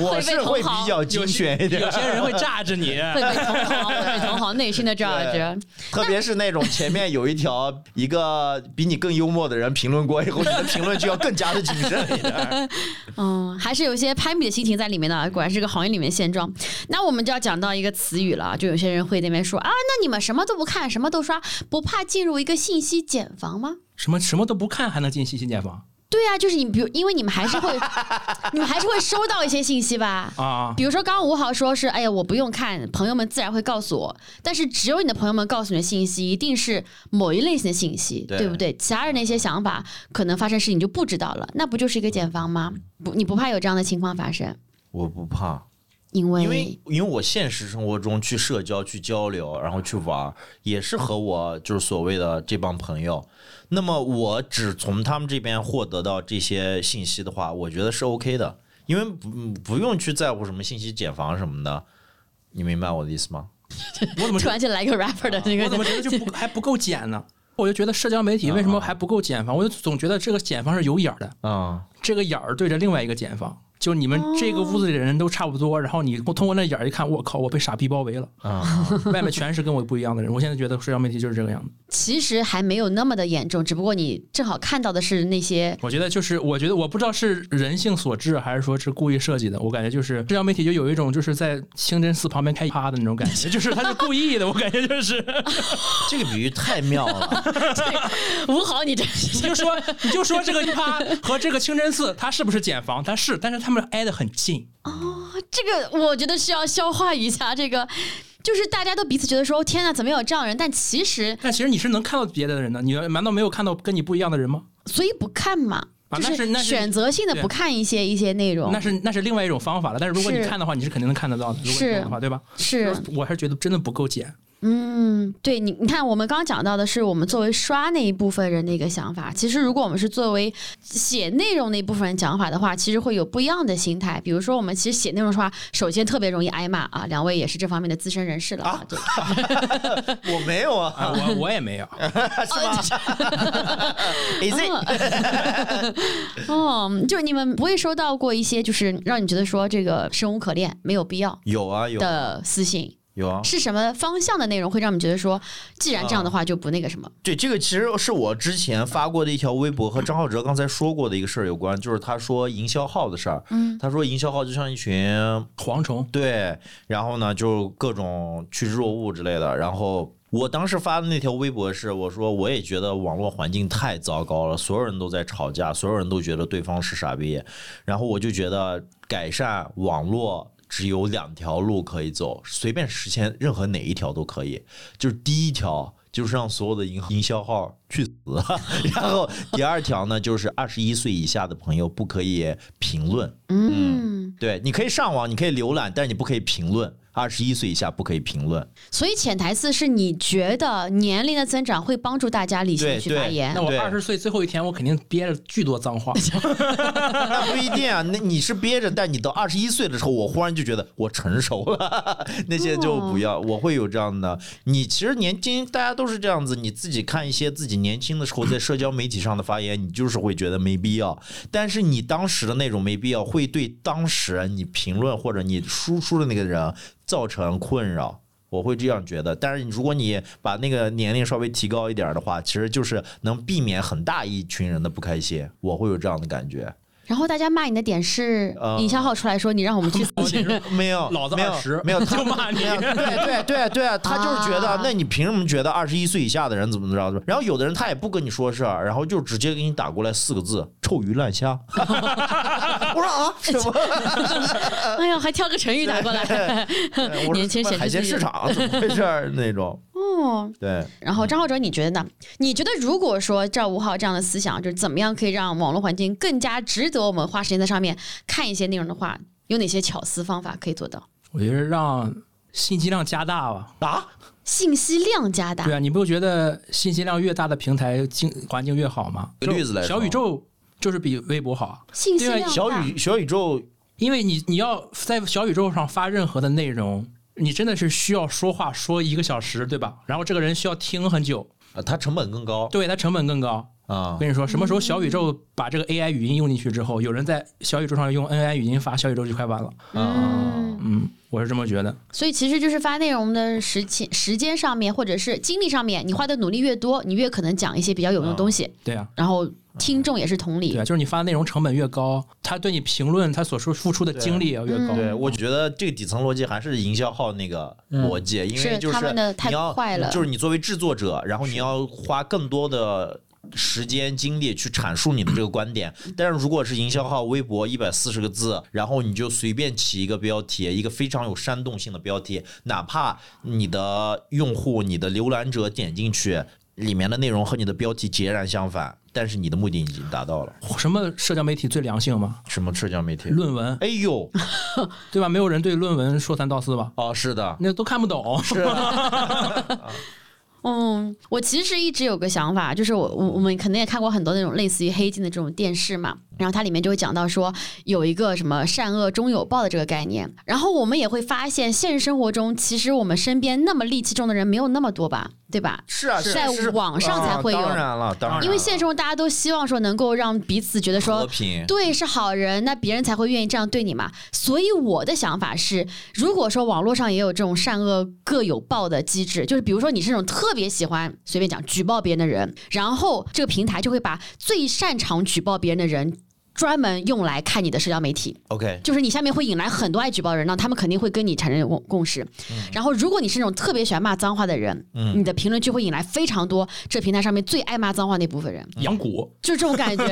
[SPEAKER 4] 我是
[SPEAKER 1] 会被
[SPEAKER 4] 会
[SPEAKER 1] 同行
[SPEAKER 4] 比较精选一点
[SPEAKER 3] 有，些人会炸着你。
[SPEAKER 1] 会被同行，会被同行内心的这样
[SPEAKER 4] 对
[SPEAKER 1] 着。
[SPEAKER 4] 特别是那种前面有一条一个比你更幽默的人评论过以后，你的评论就要更加的谨慎一点。
[SPEAKER 1] 嗯，还是有一些攀比的心情在里面的，果然是个行业里面的现状。那我们就要讲到一个词语了，就有些人会在那边说啊，那你们什么都不看，什么都刷，不怕进入一个信息茧房吗？
[SPEAKER 3] 什么什么都不看还能进信息茧房
[SPEAKER 1] 对呀、就是你，比如因为你们还是会，你们还是会收到一些信息吧。
[SPEAKER 3] 啊？
[SPEAKER 1] 比如说，刚刚吴豪说是，哎呀，我不用看，朋友们自然会告诉我。但是只有你的朋友们告诉你的信息，一定是某一类型的信息，
[SPEAKER 4] 对
[SPEAKER 1] 对不对？其他人的一些想法，可能发生事情你就不知道了，那不就是一个茧房吗？不，你不怕有这样的情况发生？
[SPEAKER 4] 我不怕，
[SPEAKER 1] 因为
[SPEAKER 4] 因为因为我现实生活中去社交、去交流，然后去玩儿，也是和我就是所谓的这帮朋友。那么我只从他们这边获得到这些信息的话，我觉得是 OK 的，因为不不用去在乎什么信息茧房什么的。你明白我的意思吗？
[SPEAKER 3] 我怎么
[SPEAKER 1] 突然就来个 rapper 的那
[SPEAKER 3] 我怎
[SPEAKER 1] 个
[SPEAKER 3] 么觉得就不还不够茧呢？我就觉得社交媒体为什么还不够茧房？我就总觉得这个茧房是有眼儿的，
[SPEAKER 4] 啊、
[SPEAKER 3] 这个眼儿对着另外一个茧房，就你们这个屋子里的人都差不多，然后你通过那眼儿一看，我靠，我被傻逼包围了，
[SPEAKER 4] 啊、
[SPEAKER 3] 外面全是跟我不一样的人。我现在觉得社交媒体就是这个样子。
[SPEAKER 1] 其实还没有那么的严重，只不过你正好看到的是那些
[SPEAKER 3] 我觉得就是，我觉得我不知道是人性所致，还是说是故意设计的。我感觉就是社交媒体就有一种就是在清真寺旁边开趴的那种感觉，就是他是故意的。我感 觉就是，
[SPEAKER 4] 这个比喻太妙了。
[SPEAKER 1] 吴豪，你这是
[SPEAKER 3] 你就说你就说这个一趴和这个清真寺，它是不是茧房？它是，但是他们挨得很近。
[SPEAKER 1] 这个我觉得是要消化一下这个。就是大家都彼此觉得说，哦天呐，怎么有这样的人？但其实，
[SPEAKER 3] 但其实你是能看到别的人的，你难道没有看到跟你不一样的人吗？
[SPEAKER 1] 所以不看嘛，
[SPEAKER 3] 啊
[SPEAKER 1] 就
[SPEAKER 3] 那是那是
[SPEAKER 1] 选择性的
[SPEAKER 3] 对
[SPEAKER 1] 不看一些一些内容。
[SPEAKER 3] 那是那是另外一种方法了。但是如果你
[SPEAKER 1] 是
[SPEAKER 3] 看的话，你是肯定能看得到的。如果你
[SPEAKER 1] 是
[SPEAKER 3] 看的话，对吧？
[SPEAKER 1] 是，
[SPEAKER 3] 我还是觉得真的不够简。
[SPEAKER 1] 嗯，对你，你看，我们刚刚讲到的是我们作为刷那一部分人的一个想法。其实，如果我们是作为写内容那一部分人讲法的话，其实会有不一样的心态。比如说，我们其实写内容的话，首先特别容易挨骂啊，两位也是这方面的资深人士了啊。对，
[SPEAKER 4] 我没有啊，
[SPEAKER 3] 啊，我我 也没有，
[SPEAKER 4] 是吧？A Z
[SPEAKER 1] 啊哦，就是你们不会收到过一些就是让你觉得说这个生无可恋、没有必要
[SPEAKER 4] 有啊有
[SPEAKER 1] 的私信，
[SPEAKER 4] 有啊，
[SPEAKER 1] 是什么方向的内容会让你觉得说，既然这样的话就不那个什么？
[SPEAKER 4] 对，这个其实是我之前发过的一条微博，和张浩哲刚才说过的一个事儿有关，就是他说营销号的事儿。
[SPEAKER 1] 嗯，
[SPEAKER 4] 他说营销号就像一群
[SPEAKER 3] 蝗虫。
[SPEAKER 4] 对，然后呢就各种趋之若鹜之类的。然后我当时发的那条微博是，我说我也觉得网络环境太糟糕了，所有人都在吵架，所有人都觉得对方是傻逼。然后我就觉得改善网络。只有两条路可以走，随便实现任何哪一条都可以。就是第一条，就是让所有的营营销号去死； 然后第二条呢，就是二十一岁以下的朋友不可以评论，
[SPEAKER 1] 嗯
[SPEAKER 4] 对，你可以上网，你可以浏览，但是你不可以评论。二十一岁以下不可以评论。
[SPEAKER 1] 所以潜台词是你觉得年龄的增长会帮助大家理性地
[SPEAKER 4] 对
[SPEAKER 1] 去发
[SPEAKER 4] 对
[SPEAKER 1] 言
[SPEAKER 3] 那。我
[SPEAKER 4] 对
[SPEAKER 3] 二十岁最后一天，我肯定憋着巨多 脏话。
[SPEAKER 4] 那 不一定啊，那你是憋着，但你到二十一岁的时候，我忽然就觉得我成熟了， 那些就不要，我会有这样的。你其实年轻，大家都是这样子，你自己看一些自己年轻的时候在社交媒体上的发言，你就是会觉得没必要。但是你当时的那种没必要，会对当时啊你评论或者你输出的那个人造成困扰。我会这样觉得，但是如果你把那个年龄稍微提高一点的话，其实就是能避免很大一群人的不开心。我会有这样的感觉。
[SPEAKER 1] 然后大家骂你的点是
[SPEAKER 4] 呃
[SPEAKER 1] 尹小浩出来说你让我们去
[SPEAKER 3] 我简直
[SPEAKER 4] 没有，
[SPEAKER 3] 老子
[SPEAKER 4] 没有
[SPEAKER 3] 20
[SPEAKER 4] 没有 他
[SPEAKER 3] 就骂你
[SPEAKER 4] 没有对对对对啊，他就是觉得
[SPEAKER 1] 啊，
[SPEAKER 4] 那你凭什么觉得二十一岁以下的人怎么怎么着？然后有的人他也不跟你说事儿，然后就直接给你打过来四个字：臭鱼烂 虾。我说啊，什么？
[SPEAKER 1] 哎呀，还挑个成语打过来。
[SPEAKER 4] 哎我
[SPEAKER 1] 年轻
[SPEAKER 4] 说
[SPEAKER 1] 显示
[SPEAKER 4] 海鲜
[SPEAKER 1] 自己
[SPEAKER 4] 市场啊怎么回事儿那种？
[SPEAKER 1] 哦，
[SPEAKER 4] 对，
[SPEAKER 1] 然
[SPEAKER 3] 嗯
[SPEAKER 1] 后张浩哲，你觉得呢？你觉得如果说照吴浩这样的思想，就是怎么样可以让网络环境更加值得我们花时间在上面看一些内容的话，有哪些巧思方法可以做到？
[SPEAKER 3] 我觉得让信息量加大吧。
[SPEAKER 4] 啊，
[SPEAKER 1] 信息量加大
[SPEAKER 3] 对，啊，你不觉得信息量越大的平台境环境越好吗？
[SPEAKER 4] 举例子来说
[SPEAKER 3] 小宇宙就是比微博好啊，
[SPEAKER 1] 信息
[SPEAKER 3] 对啊
[SPEAKER 1] 量
[SPEAKER 4] 小
[SPEAKER 1] 大
[SPEAKER 4] 宇小宇宙
[SPEAKER 3] 因为你你要在小宇宙上发任何的内容，你真的是需要说话说一个小时，对吧？然后这个人需要听很久，
[SPEAKER 4] 啊，它成本更高
[SPEAKER 3] 对，它成本更高。
[SPEAKER 4] 啊
[SPEAKER 3] 我。跟你说，什么时候小宇宙把这个 AI 语音用进去之后，有人在小宇宙上用 AI 语音发小宇宙就快完了。
[SPEAKER 1] 嗯，
[SPEAKER 3] 嗯，我是这么觉得。
[SPEAKER 1] 所以其实就是发内容的时间、时间上面，或者是精力上面，你花的努力越多，你越可能讲一些比较有用的东西，
[SPEAKER 3] 对啊，
[SPEAKER 1] 然后听众也是同理
[SPEAKER 3] 对啊，。就是你发的内容成本越高，他对你评论他所说付出的精力也要越
[SPEAKER 1] 嗯
[SPEAKER 3] 高。啊
[SPEAKER 4] 对，我觉得这个底层逻辑还是营销号那个逻辑，因为
[SPEAKER 1] 是
[SPEAKER 4] 就是
[SPEAKER 1] 他们的太
[SPEAKER 4] 你要
[SPEAKER 1] 快了
[SPEAKER 4] 就是你作为制作者，然后你要花更多的。时间精力去阐述你的这个 观点，但是如果是营销号微博一百四十个字，然后你就随便起一个标题，一个非常有煽动性的标题，哪怕你的用户、你的浏览者点进去，里面的内容和你的标题截然相反，但是你的目的已经达到了。
[SPEAKER 3] 什么社交媒体最良性嘛？
[SPEAKER 4] 什么社交媒体？
[SPEAKER 3] 论文
[SPEAKER 4] 哎呦，
[SPEAKER 3] 对吧？没有人对论文说三道四吧？
[SPEAKER 4] 哦，是 的，
[SPEAKER 3] 那都看不懂。
[SPEAKER 4] 是的，
[SPEAKER 1] 嗯，我其实一直有个想法，就是我我我们可能也看过很多那种类似于黑镜的这种电视嘛，然后它里面就会讲到说有一个什么善恶终有报的这个概念，然后我们也会发现现实生活中其实我们身边那么戾气重的人没有那么多吧，对吧？
[SPEAKER 4] 是啊，是啊
[SPEAKER 1] 在
[SPEAKER 4] 是啊
[SPEAKER 1] 网上才会有
[SPEAKER 4] 啊当然了，当然了，
[SPEAKER 1] 因为现实中大家都希望说能够让彼此觉得说
[SPEAKER 4] 和平，
[SPEAKER 1] 对，是好人，那别人才会愿意这样对你嘛。所以我的想法是，如果说网络上也有这种善恶各有报的机制，就是比如说你是那种特别喜欢随便讲举报别人的人，然后这个平台就会把最擅长举报别人的人。专门用来看你的社交媒体，
[SPEAKER 4] OK，
[SPEAKER 1] 就是你下面会引来很多爱举报的人，那他们肯定会跟你产生共共识。然后，如果你是那种特别喜欢骂脏话的人，你的评论区会引来非常多这平台上面最爱骂脏话那部分人。
[SPEAKER 3] 养蛊，
[SPEAKER 1] 就是这种感 觉。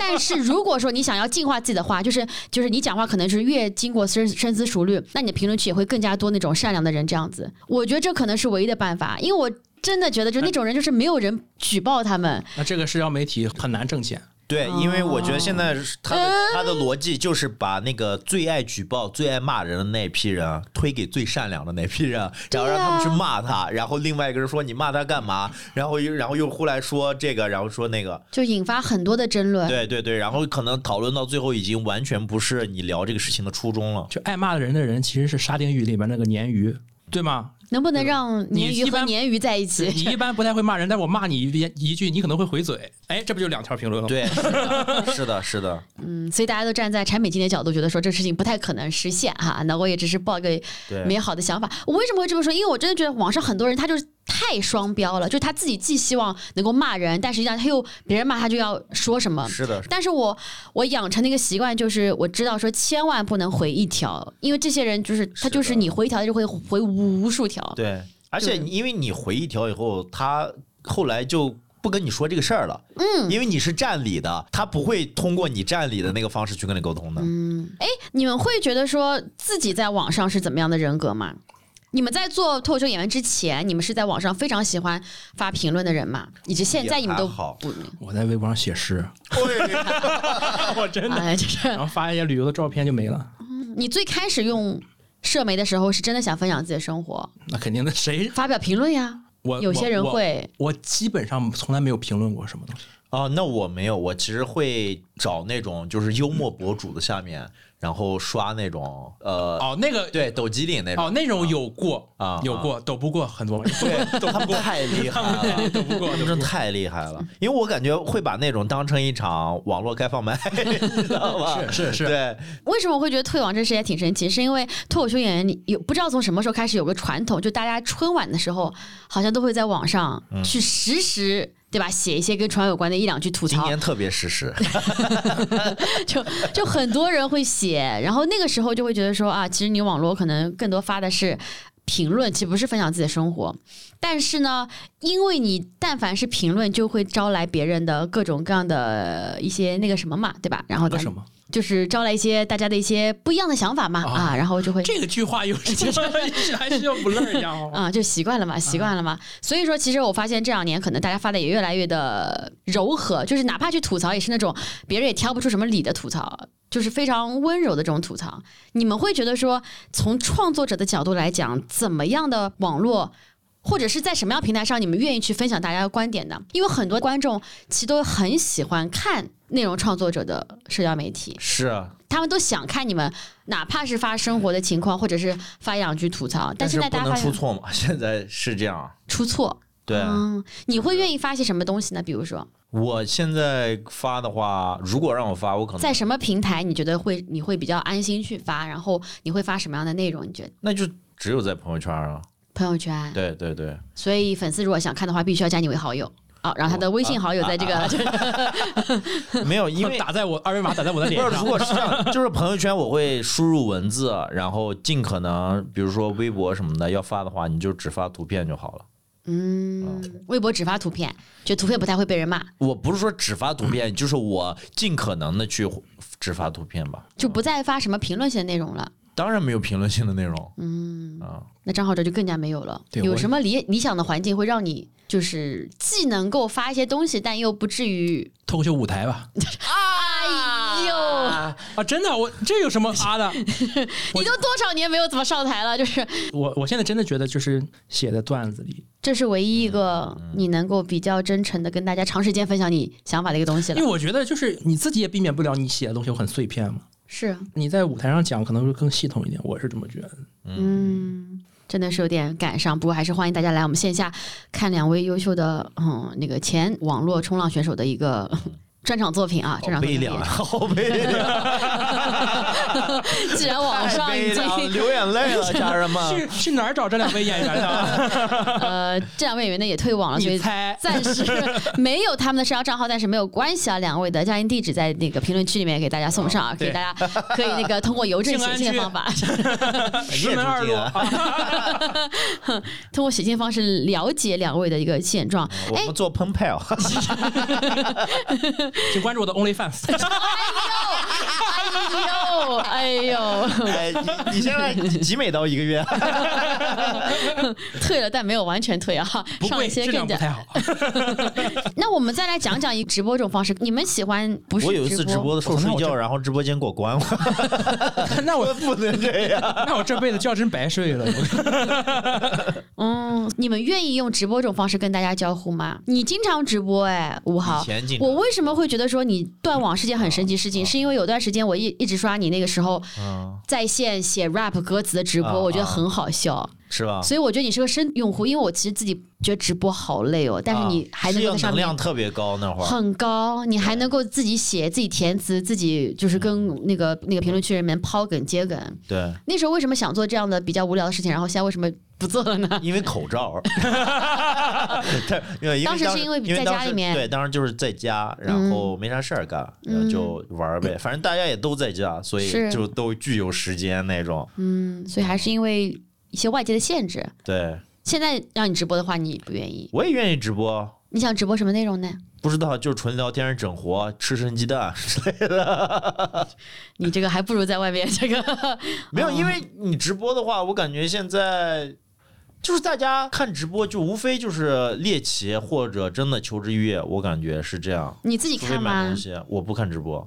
[SPEAKER 1] 但是如果说你想要净化自己的话，就是就是你讲话可能是越经过深深思熟虑，那你的评论区也会更加多那种善良的人这样子。我觉得这可能是唯一的办法，因为我真的觉得就那种人就是没有人举报他们，
[SPEAKER 3] 那这个社交媒体很难挣钱。
[SPEAKER 4] 对，
[SPEAKER 1] 哦
[SPEAKER 4] 因为我觉得现在是他的
[SPEAKER 1] 嗯
[SPEAKER 4] 他的逻辑就是把那个最爱举报、最爱骂人的那批人推给最善良的那批人，
[SPEAKER 1] 啊
[SPEAKER 4] 然后让他们去骂他，然后另外一个人说你骂他干嘛？然后又然后又后来说这个，然后说那个，
[SPEAKER 1] 就引发很多的争论。
[SPEAKER 4] 对对对，然后可能讨论到最后已经完全不是你聊这个事情的初衷了。
[SPEAKER 3] 就爱骂人的人其实是《沙丁鱼》里面那个鲶鱼，对吗？
[SPEAKER 1] 能不能让鲶
[SPEAKER 3] 你
[SPEAKER 1] 鱼
[SPEAKER 3] 一
[SPEAKER 1] 和
[SPEAKER 3] 般
[SPEAKER 1] 鲶鱼在一起？
[SPEAKER 3] 你一般不太会骂人，但我骂你一一句，你可能会回嘴。哎，这不就两条评论了吗？
[SPEAKER 4] 对，是的，是的，是的，
[SPEAKER 1] 嗯，所以大家都站在产品经理的角度，觉得说这事情不太可能实现哈。那我也只是抱一个
[SPEAKER 4] 对
[SPEAKER 1] 美好的想法。我为什么会这么说？因为我真的觉得网上很多人他就是太双标了，就是他自己既希望能够骂人，但实际上他又别人骂他就要说什么。
[SPEAKER 4] 是的，
[SPEAKER 1] 但是我我养成的一个习惯就是，我知道说千万不能回一条，因为这些人就是
[SPEAKER 4] 是
[SPEAKER 1] 他就是
[SPEAKER 4] 的
[SPEAKER 1] 你回一条他就会回无数条。
[SPEAKER 4] 对，而且
[SPEAKER 1] 对
[SPEAKER 4] 因为你回一条以后，他后来就。不跟你说这个事儿了，嗯，因为你是占理的，他不会通过你占理的那个方式去跟你沟通的。
[SPEAKER 1] 嗯你们会觉得说自己在网上是怎么样的人格吗？你们在做脱口秀演员之前，你们是在网上非常喜欢发评论的人吗？以及现在你们都
[SPEAKER 4] 也还好
[SPEAKER 1] 不，
[SPEAKER 3] 我在微博上写 诗，我真的，
[SPEAKER 1] 哎，就是
[SPEAKER 3] 然后发一些旅游的照片就没了。
[SPEAKER 1] 你最开始用社媒的时候，是真的想分享自己的生活，
[SPEAKER 3] 那肯定的，谁
[SPEAKER 1] 发表评论呀。
[SPEAKER 3] 我
[SPEAKER 1] 有些人
[SPEAKER 3] 我我
[SPEAKER 1] 会
[SPEAKER 3] 我基本上从来没有评论过什么东西。
[SPEAKER 4] 啊，那我没有，我其实会找那种就是幽默博主的下面，然后刷那种呃，
[SPEAKER 3] 哦，那个
[SPEAKER 4] 对，抖机灵那种。
[SPEAKER 3] 哦，那种有过
[SPEAKER 4] 啊
[SPEAKER 3] 有过，抖不过 很多，
[SPEAKER 4] 对，他们太厉害了，
[SPEAKER 3] 抖不过
[SPEAKER 4] 他们真太厉害了，因为我感觉会把那种当成一场网络开放麦， 你知道吗？
[SPEAKER 3] 是是是
[SPEAKER 4] 对，
[SPEAKER 1] 为什么我会觉得退网这事也挺神奇？是因为脱口秀演员，你有不知道从什么时候开始有个传统，就大家春晚的时候，好像都会在网上
[SPEAKER 3] 嗯
[SPEAKER 1] 去实时。对吧？写一些跟春晚有关的一两句吐
[SPEAKER 4] 今
[SPEAKER 1] 槽
[SPEAKER 4] 年，特别实 时，
[SPEAKER 1] 就就很多人会写，然后那个时候就会觉得说啊，其实你网络可能更多发的是评论，其实不是分享自己的生活。但是呢，因为你但凡是评论，就会招来别人的各种各样的一些那个什么嘛，对吧？然后
[SPEAKER 3] 那
[SPEAKER 1] 咱
[SPEAKER 3] 什么？
[SPEAKER 1] 就是招来一些大家的一些不一样的想法嘛，
[SPEAKER 3] 啊
[SPEAKER 1] 啊，然后就会
[SPEAKER 3] 这个句话有什么还需要不乐一哦下 吗？
[SPEAKER 1] 啊、就习惯了嘛，习惯了嘛。所以说，其实我发现这两年可能大家发的也越来越的柔和，就是哪怕去吐槽，也是那种别人也挑不出什么理的吐槽，就是非常温柔的这种吐槽。你们会觉得说，从创作者的角度来讲，怎么样的网络？或者是在什么样平台上，你们愿意去分享大家的观点呢？因为很多观众其实都很喜欢看内容创作者的社交媒体，
[SPEAKER 4] 是啊
[SPEAKER 1] 他们都想看你们，哪怕是发生活的情况，或者是发一两句吐槽。但
[SPEAKER 4] 但
[SPEAKER 1] 现
[SPEAKER 4] 是
[SPEAKER 1] 在
[SPEAKER 4] 不
[SPEAKER 1] 大家
[SPEAKER 4] 能
[SPEAKER 1] 发
[SPEAKER 4] 出
[SPEAKER 1] 现
[SPEAKER 4] 错嘛， 现在是这样。啊
[SPEAKER 1] 出错，
[SPEAKER 4] 对，
[SPEAKER 1] 嗯，你会愿意发些什么东西呢？比如说，
[SPEAKER 4] 我现在发的话，如果让我发，我可能
[SPEAKER 1] 在什么平台你觉得会你会比较安心去发？然后你会发什么样的内容？你觉得
[SPEAKER 4] 那就只有在朋友圈啊。
[SPEAKER 1] 朋友圈？
[SPEAKER 4] 对 对对，
[SPEAKER 1] 所以粉丝如果想看的话，必须要加你为好友啊、然后他的微信好友在这个、
[SPEAKER 4] 没有，因为
[SPEAKER 3] 打在我二维码打在我的脸
[SPEAKER 4] 不是，
[SPEAKER 3] 上
[SPEAKER 4] 如，果是这样，就是朋友圈我会输入文字，然后尽可能，比如说微博什么的，要发的话，你就只发图片就好了。
[SPEAKER 1] 嗯，微博只发图片，就图片不太会被人骂，
[SPEAKER 4] 我不是说只发图片，就是我尽可能的去只发图片吧。
[SPEAKER 1] 就不再发什么评论性的内容了。
[SPEAKER 4] 当然没有评论性的内容，嗯啊，
[SPEAKER 1] 那账号这就更加没有了。
[SPEAKER 3] 对
[SPEAKER 1] 有
[SPEAKER 3] 我
[SPEAKER 1] 什么理理想的环境会让你就是既能够发一些东西，但又不至于
[SPEAKER 3] 脱口秀舞台吧？
[SPEAKER 1] 哎呦，
[SPEAKER 3] 啊，真的，我这有什么啊的？
[SPEAKER 1] 你都多少年没有怎么上台了？就是
[SPEAKER 3] 我我现在真的觉得就是写在段子里，
[SPEAKER 1] 这是唯一一
[SPEAKER 3] 嗯
[SPEAKER 1] 个你能够比较真诚的跟大家长时间分享你想法的一个东西
[SPEAKER 3] 因为
[SPEAKER 1] 了。
[SPEAKER 3] 我觉得就是你自己也避免不了你写的东西很碎片嘛。
[SPEAKER 1] 是，
[SPEAKER 3] 你在舞台上讲可能会更系统一点，我是这么觉得。
[SPEAKER 1] 嗯，真的是有点赶上，不过还是欢迎大家来我们线下看两位优秀的嗯那个前网络冲浪选手的一个。
[SPEAKER 3] 嗯
[SPEAKER 1] 专场作品
[SPEAKER 3] 哦
[SPEAKER 1] 啊，专场作
[SPEAKER 4] 好悲
[SPEAKER 1] 品。
[SPEAKER 4] 凉， 好悲凉，
[SPEAKER 1] 既然网
[SPEAKER 4] 太
[SPEAKER 1] 上已
[SPEAKER 4] 悲
[SPEAKER 1] 经
[SPEAKER 4] 凉，流眼泪了，家人
[SPEAKER 3] 是
[SPEAKER 4] 们。
[SPEAKER 3] 是哪儿找这两位演 员的？
[SPEAKER 1] 呃，这两位演员呢也退网了，所
[SPEAKER 3] 你
[SPEAKER 1] 以
[SPEAKER 3] 猜？
[SPEAKER 1] 暂时没有他们的社交账号，但是没有关系啊，两位的家庭地址在那个评论区里面给大家送上啊，给
[SPEAKER 3] 哦对
[SPEAKER 1] 大家可以那个通过邮政
[SPEAKER 3] 静
[SPEAKER 1] 写
[SPEAKER 3] 安
[SPEAKER 1] 信的
[SPEAKER 3] 区
[SPEAKER 1] 方法，
[SPEAKER 3] 石门哎二路啊
[SPEAKER 4] 谢谢主
[SPEAKER 1] 通过写信方式了解两位的一个现状。哎
[SPEAKER 4] 持 我们做啊喷票，
[SPEAKER 3] 请关注我的 OnlyFans。
[SPEAKER 1] 哎呦，哎呦，
[SPEAKER 4] 哎，你你现在几美刀一个月？啊
[SPEAKER 1] 退了但没有完全退啊，
[SPEAKER 3] 不
[SPEAKER 1] 上
[SPEAKER 3] 贵，
[SPEAKER 1] 一些
[SPEAKER 3] 质量
[SPEAKER 1] 更
[SPEAKER 3] 不
[SPEAKER 1] 加。
[SPEAKER 3] 太好。
[SPEAKER 1] 那我们再来讲讲一直播这种方式，你们喜欢不是？
[SPEAKER 4] 我有一次直播的时候
[SPEAKER 3] 我操那
[SPEAKER 4] 睡
[SPEAKER 3] 我这
[SPEAKER 4] 觉，然后直播间给我关了，
[SPEAKER 3] 那我
[SPEAKER 4] 不能这样。
[SPEAKER 3] 那我这辈子觉真白睡了。
[SPEAKER 1] 嗯，你们愿意用直播这种方式跟大家交互吗？你经常直播哎，吴
[SPEAKER 4] 以
[SPEAKER 1] 豪
[SPEAKER 4] 前啊经。常
[SPEAKER 1] 我为什么会觉得说你断网是件很神奇事情？是因为有段时间我一一直刷你那个时候
[SPEAKER 4] 嗯，
[SPEAKER 1] 在线写 rap 歌词的直播，
[SPEAKER 4] 啊
[SPEAKER 1] 我觉得很好笑，
[SPEAKER 4] 是吧？
[SPEAKER 1] 所以我觉得你是个深用户，因为我其实自己觉得直播好累哦，但是你还能
[SPEAKER 4] 啊
[SPEAKER 1] 够
[SPEAKER 4] 是要
[SPEAKER 1] 在上
[SPEAKER 4] 能
[SPEAKER 1] 面
[SPEAKER 4] 量特别高那会儿，
[SPEAKER 1] 很高，你还能够自己写、自己填词、自己就是跟那个那个评论区里面抛梗接梗。
[SPEAKER 4] 对，
[SPEAKER 1] 那时候为什么想做这样的比较无聊的事情，然后现在为什么不做了 呢？
[SPEAKER 4] 因为口 罩。对，因为
[SPEAKER 1] 当时
[SPEAKER 4] 时
[SPEAKER 1] 是因为在
[SPEAKER 4] 当
[SPEAKER 1] 家
[SPEAKER 4] 时
[SPEAKER 1] 里面嗯
[SPEAKER 4] 对，当时就是在家，然后没啥事儿干，然后就玩儿呗。反正大家也都在家，所
[SPEAKER 1] 是
[SPEAKER 4] 以就都具有时间那种。
[SPEAKER 1] 嗯，所以还是因为一些外界的限制。
[SPEAKER 4] 对，
[SPEAKER 1] 现在让你直播的话，你不愿意。
[SPEAKER 4] 我也愿意直播。
[SPEAKER 1] 你想直播什么内容呢？
[SPEAKER 4] 不知道，就是纯聊天、整活、吃生鸡蛋 之类的。
[SPEAKER 1] 你这个还不如在外面这个
[SPEAKER 4] 没有，因为你直播的话，我感觉现在就是大家看直播，就无非就是猎奇或者真的求知欲，我感觉是这样。
[SPEAKER 1] 你自己
[SPEAKER 4] 除非
[SPEAKER 1] 看
[SPEAKER 4] 买
[SPEAKER 1] 吗
[SPEAKER 4] 东？西，我不看直播。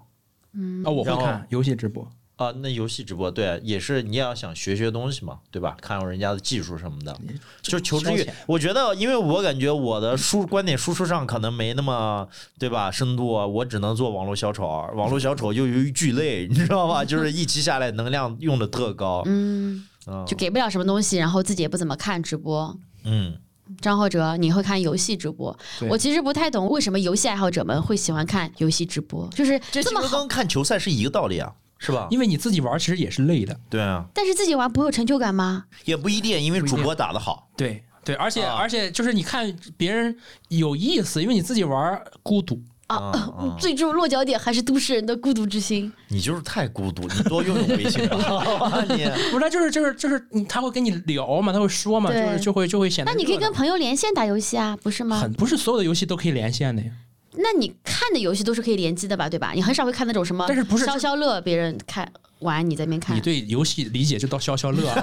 [SPEAKER 3] 啊，我会
[SPEAKER 4] 然后
[SPEAKER 3] 看游戏直播，
[SPEAKER 4] 啊，那游戏直播对，也是你也要想学学东西嘛，对吧？看看人家的技术什么的，就是求知
[SPEAKER 3] 消
[SPEAKER 4] 欲啊
[SPEAKER 3] 遣。
[SPEAKER 4] 我觉得，因为我感觉我的输观点输出上可能没那么对吧深度，啊，我只能做网络小丑儿。网络小丑又由于巨累，你知道吧？就是一期下来能量用的特高。
[SPEAKER 1] 嗯，
[SPEAKER 4] 嗯
[SPEAKER 1] 就给不了什么东西，然后自己也不怎么看直播。
[SPEAKER 4] 嗯，
[SPEAKER 1] 张浩哲，你会看游戏直播？
[SPEAKER 3] 对
[SPEAKER 1] 我其实不太懂为什么游戏爱好者们会喜欢看游戏直播，就是
[SPEAKER 4] 这
[SPEAKER 1] 这么
[SPEAKER 4] 其实
[SPEAKER 1] 好，
[SPEAKER 4] 跟看球赛是一个道理啊，是吧？
[SPEAKER 3] 因为你自己玩其实也是累的。
[SPEAKER 4] 对啊，
[SPEAKER 1] 但是自己玩不会有成就感吗？
[SPEAKER 4] 也不一定，因为
[SPEAKER 3] 不一
[SPEAKER 4] 主
[SPEAKER 3] 定
[SPEAKER 4] 播打得好。
[SPEAKER 3] 对对，而且、
[SPEAKER 4] 啊
[SPEAKER 3] 而且就是你看别人有意思，因为你自己玩儿孤独。
[SPEAKER 1] 啊
[SPEAKER 4] 嗯
[SPEAKER 3] 哦
[SPEAKER 4] 嗯，
[SPEAKER 1] 最终落脚点还是都市人的孤独之心。
[SPEAKER 4] 你就是太孤独，你多用用微信吧，好 吧你。
[SPEAKER 3] 不是，他就是就是就是你，他会跟你聊嘛，他会说嘛，就
[SPEAKER 1] 对
[SPEAKER 3] 是就会就会显得
[SPEAKER 1] 那你可以
[SPEAKER 3] 热闹
[SPEAKER 1] 跟朋友连线打游戏啊，不是吗
[SPEAKER 3] 很？不是所有的游戏都可以连线的呀。
[SPEAKER 1] 那你看的游戏都是可以联机的吧，对吧？你很少会看那种什么，
[SPEAKER 3] 但是不是就
[SPEAKER 1] 消消乐，别人看玩你在那边看
[SPEAKER 3] 你，对游戏理解就到消消乐了，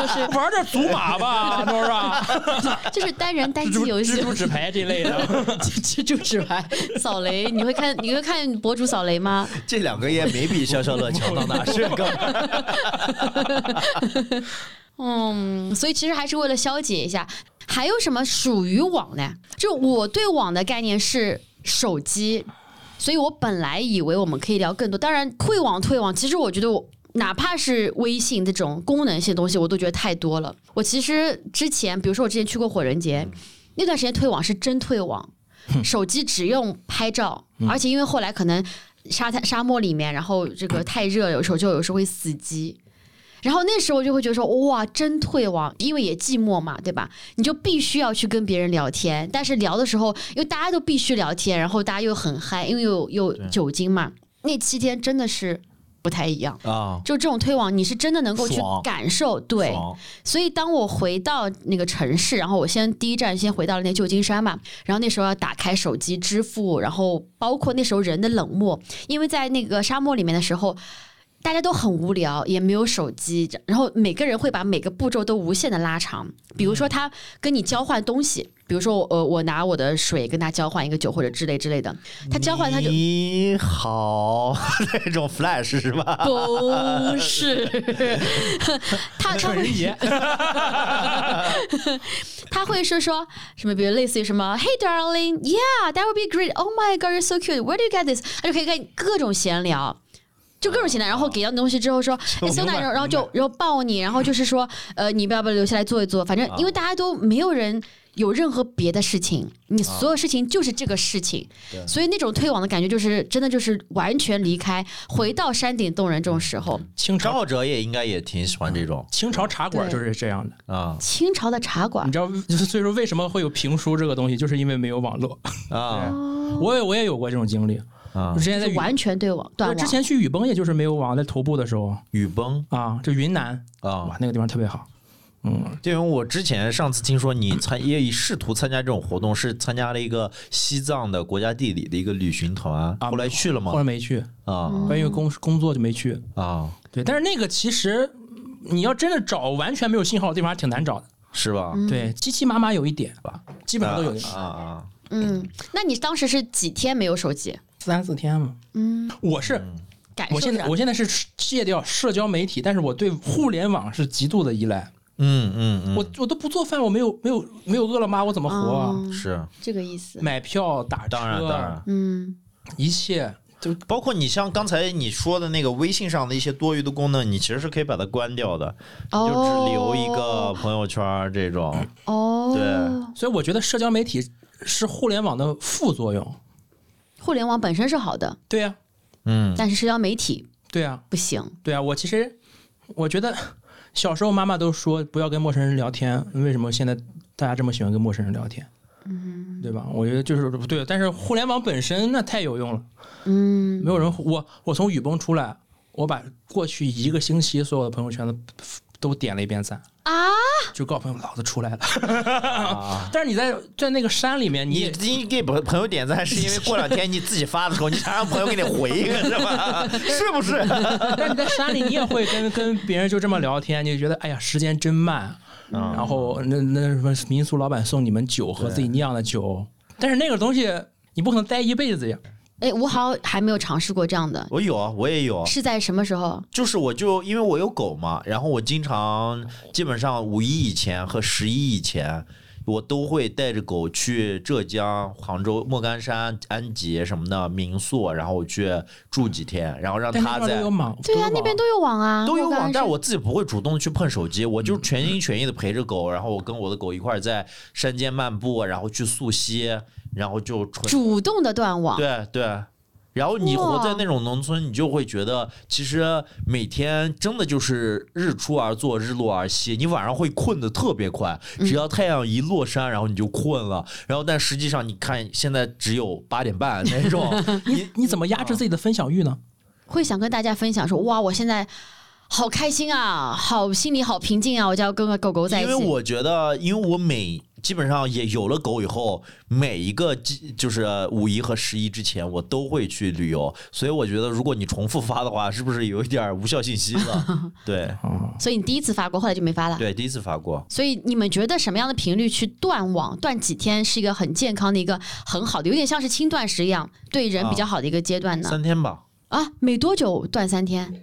[SPEAKER 3] 就是 玩点祖 玛吧，Nora，
[SPEAKER 1] 就是单人单
[SPEAKER 3] 蜘
[SPEAKER 1] 机
[SPEAKER 3] 蛛
[SPEAKER 1] 游戏
[SPEAKER 3] 蜘，蛛纸牌这类的。
[SPEAKER 1] 蜘蛛纸牌、扫雷，你会看你会看博主扫雷吗？
[SPEAKER 4] 这两个也没比消消 乐强到哪去，哥们儿
[SPEAKER 1] 嗯，所以其实还是为了消解一下。还有什么属于网呢？就我对网的概念是手机，所以我本来以为我们可以聊更多。当然，退网退网，其实我觉得我。哪怕是微信这种功能性的东西，我都觉得太多了。我其实之前，比如说我之前去过火人节，那段时间退网是真退网，手机只用拍照，
[SPEAKER 4] 嗯
[SPEAKER 1] 而且因为后来可能沙滩沙漠里面，然后这个太热，有时候就有时候会死机。然后那时候就会觉得说，哇，真退网，因为也寂寞嘛，对吧？你就必须要去跟别人聊天，但是聊的时候，因为大家都必须聊天，然后大家又很嗨，因为有有酒精嘛。那七天真的是不太一样，
[SPEAKER 4] 啊，
[SPEAKER 1] 就这种退网，你是真的能够去
[SPEAKER 4] 爽
[SPEAKER 1] 感受， 对。
[SPEAKER 4] 爽
[SPEAKER 1] 所以当我回到那个城市，然后我先第一站先回到了那旧金山嘛，然后那时候要打开手机支付，然后包括那时候人的冷漠，因为在那个沙漠里面的时候。大家都很无聊，也没有手机，然后每个人会把每个步骤都无限的拉长。比如说，他跟你交换东西，比如说我呃，我拿我的水跟他交换一个酒或者之类之类的，他交换他就
[SPEAKER 4] 你好 那种 flash 是吧？
[SPEAKER 1] 不是， 他他
[SPEAKER 3] 蠢
[SPEAKER 1] 会
[SPEAKER 3] 人节，
[SPEAKER 1] 他会是说什么，比如类似于什么，Hey darling, yeah, that would be great. Oh my god, you're so cute. Where do you get this？他就可以跟你各种闲聊。就各种闲聊，然后给到你东西之后说，It's so
[SPEAKER 3] 哦明
[SPEAKER 1] nice，
[SPEAKER 3] 白嗯
[SPEAKER 1] 然后然后就然后抱你，然后就是说，呃，你要不要留下来坐一坐？反正
[SPEAKER 3] 啊
[SPEAKER 1] 因为大家都没有人有任何别的事情，你所有事情就是这个事情，
[SPEAKER 4] 对
[SPEAKER 1] 所以那种退网的感觉就是真的就是完全离开，回到山顶洞人这种时候。
[SPEAKER 3] 清
[SPEAKER 4] 张
[SPEAKER 3] 朝
[SPEAKER 4] 浩哲也应该也挺喜欢这种
[SPEAKER 3] 清朝茶馆就是这样的。
[SPEAKER 4] 啊
[SPEAKER 1] 清朝的茶馆
[SPEAKER 3] 你，知道，就是所以说为什么会有评书这个东西，就是因为没有网络。
[SPEAKER 4] 啊
[SPEAKER 3] 我也我也有过这种经历，
[SPEAKER 4] 啊
[SPEAKER 3] 就！之前在
[SPEAKER 1] 哦就是
[SPEAKER 3] 雨
[SPEAKER 1] 完全对网断
[SPEAKER 3] 对
[SPEAKER 1] 网。
[SPEAKER 3] 之前去雨崩，也就是没有网，在徒步的时候
[SPEAKER 4] 雨崩
[SPEAKER 3] 啊，就云南哇
[SPEAKER 4] 啊，，
[SPEAKER 3] 那个地方特别好。嗯，
[SPEAKER 4] 对，因为我之前上次听说你参也试图参加这种活动，是参加了一个西藏的国家地理的一个旅行团，
[SPEAKER 3] 啊
[SPEAKER 4] 后来去了
[SPEAKER 3] 后来
[SPEAKER 4] 吗？
[SPEAKER 3] 没去，
[SPEAKER 1] 哦
[SPEAKER 4] 啊
[SPEAKER 3] 后来因为工工作就没去。
[SPEAKER 4] 啊，
[SPEAKER 3] 对，但是那个其实嗯你要真的找完全没有信号的地方，还挺难找的。
[SPEAKER 4] 是吧？
[SPEAKER 1] 嗯
[SPEAKER 3] 对，七七麻麻有一点吧，基本上都有一点
[SPEAKER 4] 啊啊，
[SPEAKER 1] 嗯，那你当时是几天没有手机？
[SPEAKER 3] 三四天嘛。嗯，我是
[SPEAKER 1] 感受
[SPEAKER 3] 我现在
[SPEAKER 1] 上
[SPEAKER 3] 我现在是戒掉社交媒体，但是我对互联网是极度的依赖。
[SPEAKER 4] 嗯嗯
[SPEAKER 3] 我我都不做饭，我没有没有没有饿了么，我怎么活啊？
[SPEAKER 1] 哦
[SPEAKER 4] 嗯，是，
[SPEAKER 1] 这个意思。
[SPEAKER 3] 买票、打车，啊
[SPEAKER 4] 当然当然。
[SPEAKER 1] 嗯，
[SPEAKER 3] 一切
[SPEAKER 4] 包括你像刚才你说的那个微信上的一些多余的功能，你其实是可以把它关掉的，
[SPEAKER 1] 哦，
[SPEAKER 4] 就只留一个朋友圈儿这种。
[SPEAKER 1] 哦，
[SPEAKER 4] 对
[SPEAKER 3] 所以我觉得社交媒体是互联网的副作用。
[SPEAKER 1] 互联网本身是好的，
[SPEAKER 3] 对呀、
[SPEAKER 4] 嗯，
[SPEAKER 1] 但是社交媒体
[SPEAKER 3] 对呀、
[SPEAKER 1] 不行。
[SPEAKER 3] 对呀、我其实我觉得小时候妈妈都说不要跟陌生人聊天，为什么现在大家这么喜欢跟陌生人聊天？嗯，对吧？我觉得就是不对，但是互联网本身那太有用了，
[SPEAKER 1] 嗯，
[SPEAKER 3] 没有人我我从雨崩出来，我把过去一个星期所有的朋友圈都都点了一遍赞
[SPEAKER 1] 啊，
[SPEAKER 3] 就告诉朋友老子出来了。但是你在在那个山里面，你
[SPEAKER 4] 啊你
[SPEAKER 3] 也
[SPEAKER 4] 你给朋朋友点赞，是因为过两天你自己发的时候，你想让朋友给你回一个，是吧？是不是？
[SPEAKER 3] 但 你在山里，你也会跟跟别人就这么聊天，你就觉得哎呀，时间真慢。啊
[SPEAKER 4] 嗯
[SPEAKER 3] 然后那那什么民宿老板送你们酒，和自己酿的酒，但是那个东西你不可能待一辈子呀。
[SPEAKER 1] 哎，吴豪还没有尝试过这样的，
[SPEAKER 4] 我有啊，我也有啊，
[SPEAKER 1] 是在什么时候？
[SPEAKER 4] 就是我就因为我有狗嘛，然后我经常基本上五一以前和十一以前，我都会带着狗去浙江、杭州、莫干山、安吉什么的民宿，然后我去住几天，然后让
[SPEAKER 3] 但
[SPEAKER 4] 它
[SPEAKER 3] 那边
[SPEAKER 4] 在
[SPEAKER 3] 都有网，
[SPEAKER 1] 对呀、
[SPEAKER 3] 都有
[SPEAKER 1] 那
[SPEAKER 3] 网
[SPEAKER 1] 边都有网啊，
[SPEAKER 4] 都有
[SPEAKER 1] 刚
[SPEAKER 4] 网
[SPEAKER 1] 刚
[SPEAKER 4] 站，
[SPEAKER 1] 是
[SPEAKER 4] 我自己不会主动去碰手机，我
[SPEAKER 3] 嗯
[SPEAKER 4] 就全心全意的陪着狗，然后我跟我的狗一块儿在山间漫步，然后去溯溪，然后就纯
[SPEAKER 1] 主动的断网。
[SPEAKER 4] 对对。然后你活在那种农村，你就会觉得，其实每天真的就是日出而作，日落而息。你晚上会困得特别快，
[SPEAKER 1] 嗯
[SPEAKER 4] 只要太阳一落山，然后你就困了。然后但实际上，你看现在只有八点半那 种，你
[SPEAKER 3] 你怎么压制自己的分享欲呢？
[SPEAKER 1] 会想跟大家分享说，哇，我现在好开心啊，好心里好平静啊，我就要跟个狗狗在一
[SPEAKER 4] 因
[SPEAKER 1] 起。
[SPEAKER 4] 为我觉得，因为我每基本上也有了狗以后，每一个季就是五一和十一之前，我都会去旅游，所以我觉得，如果你重复发的话，是不是有一点儿无效信息了？ 对
[SPEAKER 1] 所以你第一次发过，后来就没发了。
[SPEAKER 4] 对，第一次发过。
[SPEAKER 1] 所以你们觉得什么样的频率去断网，断几天是一个很健康的一个很好的，有点像是轻断食一样，对人比较好的一个阶段呢？
[SPEAKER 4] 三天吧，
[SPEAKER 1] 啊，每多久断三天？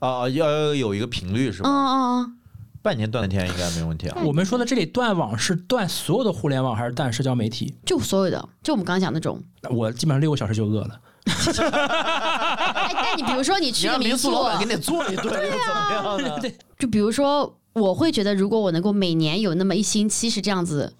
[SPEAKER 4] 啊，要要有一个频率是
[SPEAKER 1] 嗯
[SPEAKER 4] 吧？
[SPEAKER 1] 嗯嗯，
[SPEAKER 4] 半年断一天应该没问题啊
[SPEAKER 1] 对。
[SPEAKER 3] 我们说的这里断网是断所有的互联网，还是断社交媒体？
[SPEAKER 1] 就所有的，就我们刚刚讲的那 种。
[SPEAKER 3] 我基本上六个小时就饿了。
[SPEAKER 1] 哎，那你比如说你去
[SPEAKER 4] 你
[SPEAKER 1] 个
[SPEAKER 4] 让
[SPEAKER 1] 民
[SPEAKER 4] 民
[SPEAKER 1] 宿啊
[SPEAKER 4] 宿，老板给你做一顿又怎么 样呢？
[SPEAKER 1] 就比如说，我会觉得如果我能够每年有那么一星期是这样子。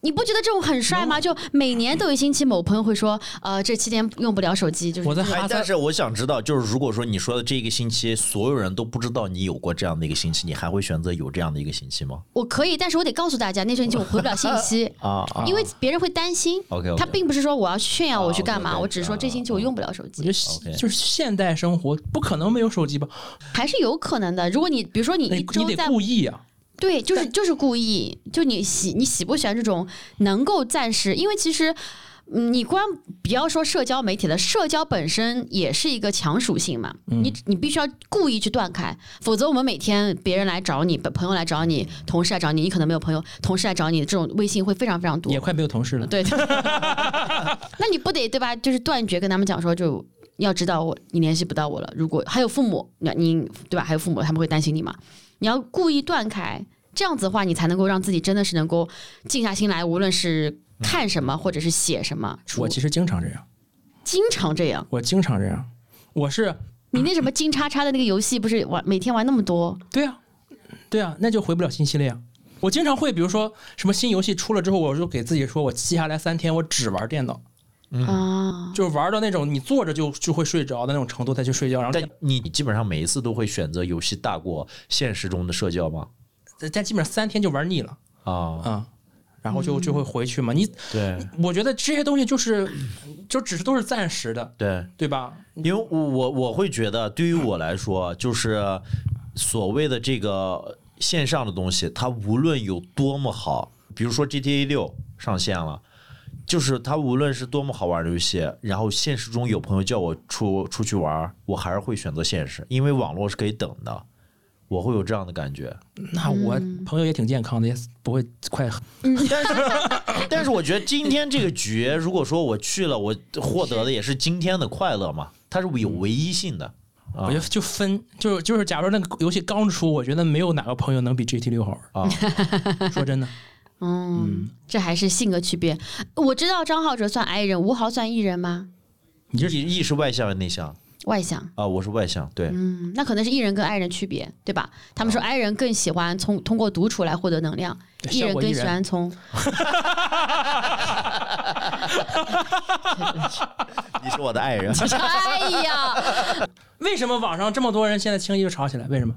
[SPEAKER 1] 你不觉得这种很帅吗？就每年都有一星期，某朋友会说，呃，这七天用不了手机，就是
[SPEAKER 3] 我在
[SPEAKER 4] 哎
[SPEAKER 3] 哈，萨
[SPEAKER 4] 但是我想知道，就是如果说你说的这一个星期，所有人都不知道你有过这样的一个星期，你还会选择有这样的一个星期吗？
[SPEAKER 1] 我可以，但是我得告诉大家，那星期我回不了信息，
[SPEAKER 4] 啊，啊
[SPEAKER 1] 因为别人会担心。
[SPEAKER 4] OK，OK
[SPEAKER 1] 他并不是说我要炫耀我去
[SPEAKER 4] 啊
[SPEAKER 1] 干嘛，
[SPEAKER 4] ，OK，OK，
[SPEAKER 1] 我只是说这星期我用不了手
[SPEAKER 3] 啊我觉
[SPEAKER 1] 机
[SPEAKER 3] 得，
[SPEAKER 4] OK
[SPEAKER 3] 就是现代生活不可能没有手机吧？
[SPEAKER 1] 还是有可能的。如果你比如说你
[SPEAKER 3] 那
[SPEAKER 1] 一
[SPEAKER 3] 你
[SPEAKER 1] 周
[SPEAKER 3] 得
[SPEAKER 1] 在
[SPEAKER 3] 故意啊。
[SPEAKER 1] 对，就是就是故意，就你喜你喜不喜欢这种能够暂时，因为其实。嗯你光不要说社交媒体了，社交本身也是一个强属性嘛，
[SPEAKER 3] 嗯
[SPEAKER 1] 你你必须要故意去断开，否则我们每天别人来找你，朋友来找你，同事来找你，你可能没有朋友，同事来找你，这种微信会非常非常多
[SPEAKER 3] 也。快没有同事了。
[SPEAKER 1] 对， 那你不得对吧？就是断绝跟他们讲说，就要知道我你联系不到我了。如果还有父母，那你对吧？还有父母，他们会担心你嘛？你要故意断开，这样子的话，你才能够让自己真的是能够静下心来，无论是看什么或者是写什么，
[SPEAKER 3] 我其实经常这样，
[SPEAKER 1] 经常这样。
[SPEAKER 3] 我经常这样，我是
[SPEAKER 1] 你那什么金叉叉的那个游戏，不是玩每天玩那么多？
[SPEAKER 3] 对啊，对啊，那就回不了信息了呀。我经常会，比如说什么新游戏出了之后，我就给自己说，我接下来三天我只玩电脑，
[SPEAKER 1] 啊，
[SPEAKER 3] 就是玩到那种你坐着就就会睡着的那种程度再去睡觉。然后
[SPEAKER 4] 但你基本上每一次都会选择游戏大过现实中的社交吗？
[SPEAKER 3] 但但基本上三天就玩腻了
[SPEAKER 4] 啊，
[SPEAKER 3] 啊、然后就就会回去嘛。你
[SPEAKER 4] 对
[SPEAKER 3] 我觉得这些东西就是就只是都是暂时的，
[SPEAKER 4] 对，
[SPEAKER 3] 对吧？
[SPEAKER 4] 因为我我我会觉得，对于我来说，就是所谓的这个线上的东西，它无论有多么好，比如说 GTA 六上线了。就是它无论是多么好玩的游戏，然后现实中有朋友叫我出出去玩，我还是会选择现实，因为网络是可以等的，我会有这样的感觉。
[SPEAKER 3] 那我
[SPEAKER 4] 嗯
[SPEAKER 3] 朋友也挺健康的，也不会快
[SPEAKER 4] 但是，但是我觉得今天这个局，如果说我去了，我获得的也是今天的快乐嘛，它是有唯一性的。啊
[SPEAKER 3] 我觉得就分，就是就是，假如那个游戏刚出，我觉得没有哪个朋友能比 GT 六好玩
[SPEAKER 4] 啊
[SPEAKER 3] 说真的，
[SPEAKER 1] 嗯，这还是性格区别。我知道张浩哲算 I 人，吴豪算 E 人吗？
[SPEAKER 4] 你就是意是外向还是内向
[SPEAKER 1] 外向。
[SPEAKER 4] 啊？我是外向，对，
[SPEAKER 1] 嗯，那可能是艺人跟爱人区别，对吧？他们说 I 人更喜欢从通过独处来获得能量，
[SPEAKER 3] 啊对
[SPEAKER 1] 艺
[SPEAKER 3] 效
[SPEAKER 1] 人
[SPEAKER 3] 果
[SPEAKER 1] 更
[SPEAKER 3] 依
[SPEAKER 1] 喜
[SPEAKER 3] 然
[SPEAKER 1] 欢 从
[SPEAKER 4] 你是我的爱人，
[SPEAKER 1] 哎 呀，
[SPEAKER 3] 为什么网上这么多人现在轻易就吵起来？为什么？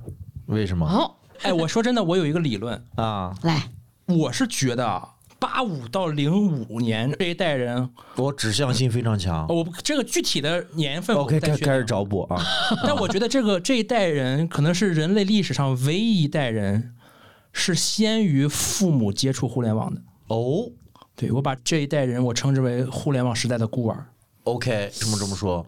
[SPEAKER 4] 为什么
[SPEAKER 1] 哦，
[SPEAKER 3] 哎，我说真的，我有一个理 论，
[SPEAKER 4] 啊？
[SPEAKER 1] 来，
[SPEAKER 3] 我是觉得啊，八五到零五年这一代人，哦
[SPEAKER 4] 我指向性非常强。
[SPEAKER 3] 我不这个具体的年份我不
[SPEAKER 4] OK，
[SPEAKER 3] 太
[SPEAKER 4] 开
[SPEAKER 3] 确
[SPEAKER 4] 开始
[SPEAKER 3] 定
[SPEAKER 4] 找补啊！
[SPEAKER 3] 但我觉得这个这一代人可能是人类历史上唯一一代人是先于父母接触互联网的。
[SPEAKER 4] 哦
[SPEAKER 3] 对我把这一代人我称之为互联网时代的孤儿，
[SPEAKER 4] ，OK，这么这么说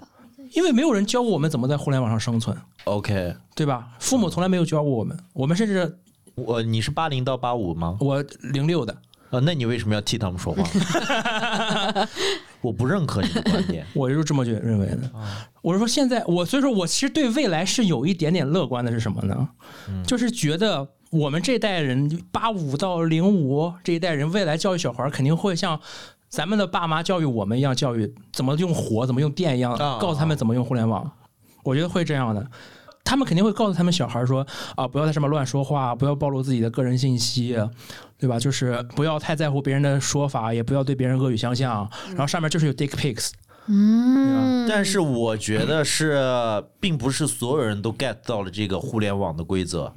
[SPEAKER 3] 因为没有人教过我们怎么在互联网上生存。
[SPEAKER 4] ，OK，
[SPEAKER 3] 对吧？父母从来没有教过我们，我们甚至
[SPEAKER 4] 我你是八零到八五吗？呃
[SPEAKER 3] 我零六的，。
[SPEAKER 4] 啊，那你为什么要替他们说话？我不认可你的观点
[SPEAKER 3] 我就是这么觉认为的。我是说，现在我所以说我其实对未来是有一点点乐观的，是什么呢？就是觉得我们这代人八五到零五这一代人，未来教育小孩儿肯定会像。咱们的爸妈教育我们一样，教育怎么用火，怎么用电一样，
[SPEAKER 4] 啊
[SPEAKER 3] 告诉他们怎么用互联网。我觉得会这样的，他们肯定会告诉他们小孩儿说啊，不要在上面乱说话，不要暴露自己的个人信息，对吧？就是不要太在乎别人的说法，也不要对别人恶语相向。然后上面就是有 dick pics，
[SPEAKER 1] 嗯，
[SPEAKER 4] 但是我觉得是，并不是所有人都 get 到了这个互联网的规则，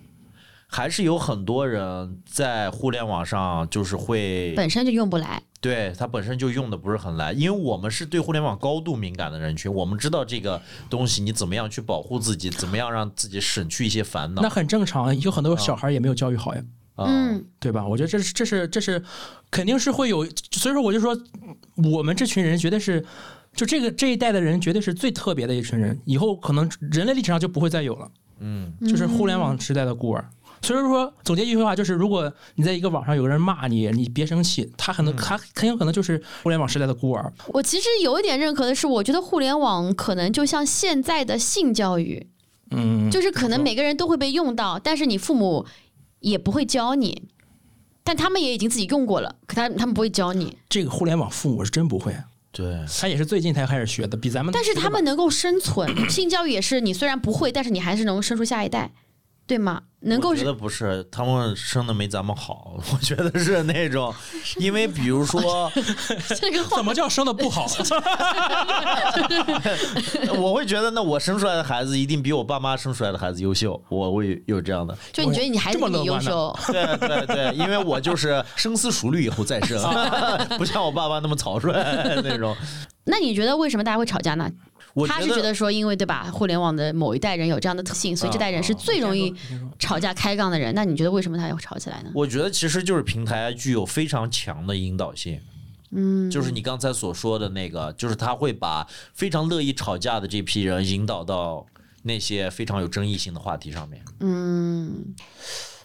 [SPEAKER 4] 还是有很多人在互联网上就是会
[SPEAKER 1] 本身就用不来，
[SPEAKER 4] 对它本身就用的不是很来，因为我们是对互联网高度敏感的人群，我们知道这个东西你怎么样去保护自己，怎么样让自己省去一些烦恼
[SPEAKER 3] 那。很正常，有很多小孩也没有教育好呀，
[SPEAKER 4] 啊
[SPEAKER 1] 嗯，
[SPEAKER 3] 对吧？我觉得这是这是这是肯定是会有，所以说我就说我们这群人绝对是。就这个这一代的人，绝对是最特别的一群人，以后可能人类历史上就不会再有了，
[SPEAKER 4] 嗯，
[SPEAKER 3] 就是互联网时代的孤儿。所以说，总结一句话就是：如果你在一个网上有个人骂你，你别生气，他
[SPEAKER 1] 嗯
[SPEAKER 3] 可能他很有可能就是互联网时代的孤儿。
[SPEAKER 1] 我其实有一点认可的是，我觉得互联网可能就像现在的性教育，
[SPEAKER 3] 嗯，
[SPEAKER 1] 就是可能每个人都会被用到，但是你父母也不会教你，但他们也已经自己用过了，可他他们不会教你，
[SPEAKER 3] 这个互联网父母是真不会，啊
[SPEAKER 4] 对，
[SPEAKER 3] 他也是最近才开始学的，比咱们
[SPEAKER 1] 但是他们能够生 存，性教育也是你虽然不会，但是你还是能生出下一代，对吗？能够
[SPEAKER 4] 我觉得不是，他们生的没咱们好， 我觉得是那种，因为比如说，
[SPEAKER 1] 这个话
[SPEAKER 3] 怎么叫生的不好？
[SPEAKER 4] 我会觉得那我生出来的孩子一定比我爸妈生出来的孩子优秀，我会有这 样的，
[SPEAKER 1] 就你觉得你还是
[SPEAKER 3] 这么
[SPEAKER 1] 比你
[SPEAKER 4] 啊
[SPEAKER 3] 乐
[SPEAKER 1] 优
[SPEAKER 3] 观呢
[SPEAKER 1] 秀，
[SPEAKER 4] 对对对，因为我就是深思熟虑以后再 生，不像我爸爸那么草率 那种。
[SPEAKER 1] 那你觉得为什么大家会吵架呢？
[SPEAKER 4] 我
[SPEAKER 1] 他是觉得说，因为对吧，互联网的某一代人有这样的特性，所以
[SPEAKER 4] 啊
[SPEAKER 1] 这代人是 最容易吵架开杠的人。那你觉得为什么他要吵起来呢？
[SPEAKER 4] 我觉得其实就是平台具有非常强的引导性，嗯，就是你刚才所说的那个，就是他会把非常乐意吵架的这批人引导到那些非常有争议性的话题上面。
[SPEAKER 1] 嗯，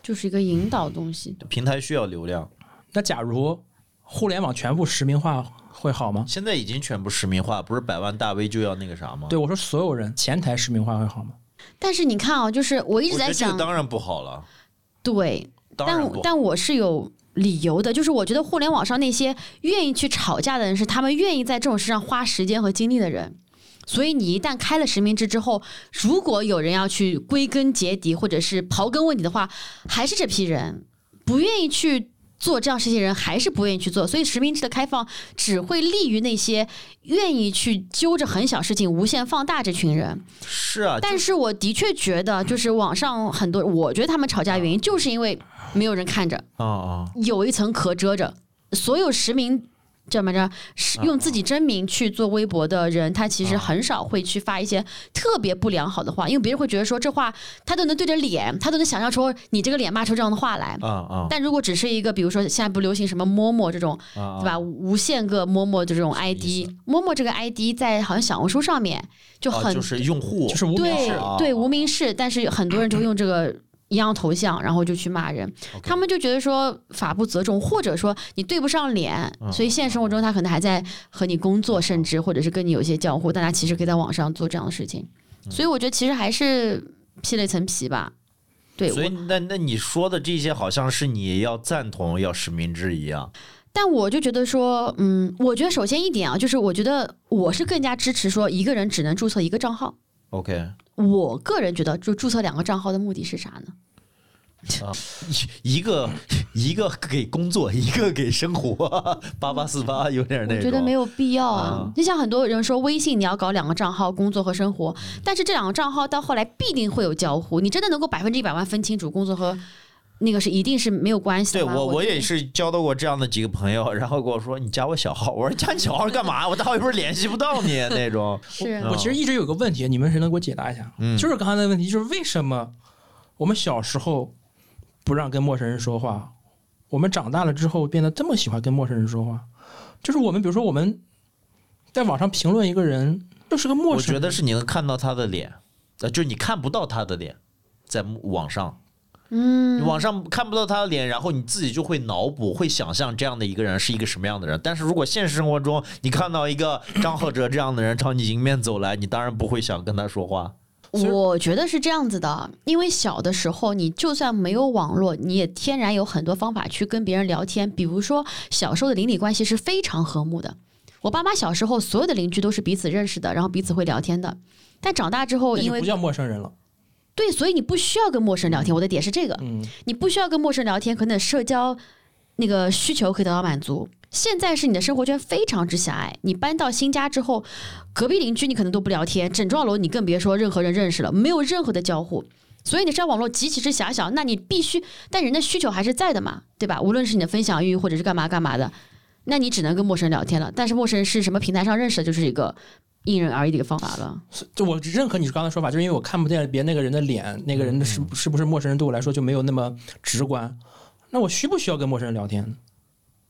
[SPEAKER 1] 就是一个引导东西。
[SPEAKER 4] 平台需要流量，
[SPEAKER 3] 那假如互联网全部实名化会好吗？
[SPEAKER 4] 现在已经全部实名化，不是百万大 V 就要那个啥吗？
[SPEAKER 3] 对，我说所有人前台实名化会好吗？
[SPEAKER 1] 但是你看啊、就是我一直
[SPEAKER 4] 我觉
[SPEAKER 1] 在
[SPEAKER 4] 得这
[SPEAKER 1] 想
[SPEAKER 4] 个，当然不好了，
[SPEAKER 1] 对，
[SPEAKER 4] 当
[SPEAKER 1] 但
[SPEAKER 4] 然
[SPEAKER 1] 我
[SPEAKER 4] 不好。
[SPEAKER 1] 但我是有理由的，就是我觉得互联网上那些愿意去吵架的人，是他们愿意在这种事上花时间和精力的人。所以你一旦开了实名制之后，如果有人要去归根结底或者是刨根问底的话，还是这批人不愿意去做这样事情的人，还是不愿意去做。所以实名制的开放只会利于那些愿意去揪着很小事情无限放大这群人。
[SPEAKER 4] 是啊，
[SPEAKER 1] 但是我的确觉得，就是网上很多，我觉得他们吵架原因就是因为没有人看着，
[SPEAKER 4] 啊啊，
[SPEAKER 1] 有一层壳遮着，所有实名。叫什么着？
[SPEAKER 4] 啊
[SPEAKER 1] 是用自己真名去做微博的人，他其实很少会去发一些特别不良好的话，因为别人会觉得说这话他都能对着脸，他都能想象出你这个脸骂出这样的话来。
[SPEAKER 4] 啊啊
[SPEAKER 1] 但如果只是一个，比如说现在不流行什么陌陌这种，
[SPEAKER 4] 啊啊
[SPEAKER 1] 对吧？无限个陌陌这种
[SPEAKER 4] 么意
[SPEAKER 1] ID，陌陌这个 ID 在好像小红书上面就
[SPEAKER 4] 啊
[SPEAKER 1] 很
[SPEAKER 4] 就是用户，
[SPEAKER 3] 就是无名
[SPEAKER 1] 对
[SPEAKER 3] 氏
[SPEAKER 4] 啊
[SPEAKER 1] 对，无名氏，但是很多人就用这个一样头像，然后就去骂人。他们就觉得说法不责众，或者说你对不上脸，所以现实生活中他可能还在和你工作，甚至或者是跟你有一些交互，但他其实可以在网上做这样的事情。所以我觉得其实还是披了一层皮吧。对，
[SPEAKER 4] 所以
[SPEAKER 1] 我
[SPEAKER 4] 那那你说的这些好像是你要赞同要实名制一样，
[SPEAKER 1] 但我就觉得说，嗯，我觉得首先一点啊，就是我觉得我是更加支持说一个人只能注册一个账号。
[SPEAKER 4] OK，
[SPEAKER 1] 我个人觉得，就注册两个账号的目的是啥呢？
[SPEAKER 4] 一个 一个给工作， 一个给生活， 八八四八有点那种。
[SPEAKER 1] 我觉得没有必要啊
[SPEAKER 4] 啊。
[SPEAKER 1] 就像很多人说，微信你要搞两个账号，工作和生活，
[SPEAKER 4] 嗯
[SPEAKER 1] 但是这两个账号到后来必定会有交互。你真的能够百分之一百万分清楚工作和那个是一定是没有关系
[SPEAKER 4] 对
[SPEAKER 1] 的吗。
[SPEAKER 4] 我，我
[SPEAKER 1] 觉得
[SPEAKER 4] 也是交到过这样的几个朋友， 然后跟我说你加我小号，我说加你小号干嘛？我 大一会儿联系不到你 那种。
[SPEAKER 1] 是
[SPEAKER 4] 嗯
[SPEAKER 3] 我其实一直有个问题，你们谁能给我解答一下？
[SPEAKER 4] 嗯
[SPEAKER 3] 就是刚才的问题，就是为什么我们小时候不让跟陌生人说话，我们长大了之后变得这么喜欢跟陌生人说话？就是我们，比如说我们在网上评论一个人，就是个陌
[SPEAKER 4] 我
[SPEAKER 3] 生
[SPEAKER 4] 觉
[SPEAKER 3] 人，
[SPEAKER 4] 得是你能看到他的脸，呃，就是你看不到他的脸，在网上。嗯，网上看不到他的脸，然后你自己就会脑补，会想象这样的一个人是一个什么样的人。但是如果现实生活中你看到一个张赫哲这样的人朝你迎面走来，你当然不会想跟他说话。
[SPEAKER 1] 我觉得是这样子的，因为小的时候，你就算没有网络，你也天然有很多方法去跟别人聊天。比如说，小时候的邻里关系是非常和睦的。我爸妈小时候所有的邻居都是彼此认识的，然后彼此会聊天的。但长大之后，哦
[SPEAKER 3] 那
[SPEAKER 1] 因
[SPEAKER 3] 就
[SPEAKER 1] 为
[SPEAKER 3] 不叫陌生人了。
[SPEAKER 1] 对，所以你不需要跟陌生人聊天。我的点是这个，
[SPEAKER 3] 嗯
[SPEAKER 1] 你不需要跟陌生人聊天，可能社交那个需求可以得到满足。现在是你的生活圈非常之狭隘，你搬到新家之后，隔壁邻居你可能都不聊天，整幢楼你更别说任何人认识了，没有任何的交互。所以你社交网络极其之狭小，那你必须，但人的需求还是在的嘛，对吧？无论是你的分享欲或者是干嘛干嘛的，那你只能跟陌生人聊天了。但是陌生人是什么平台上认识的，就是一个因人而异的一个方法了。
[SPEAKER 3] 就我认可你刚才说法，就是因为我看不见别那个人的脸，那个人的是是不是陌生人，对我来说就没有那么直观。那我需不需要跟陌生人聊天呢？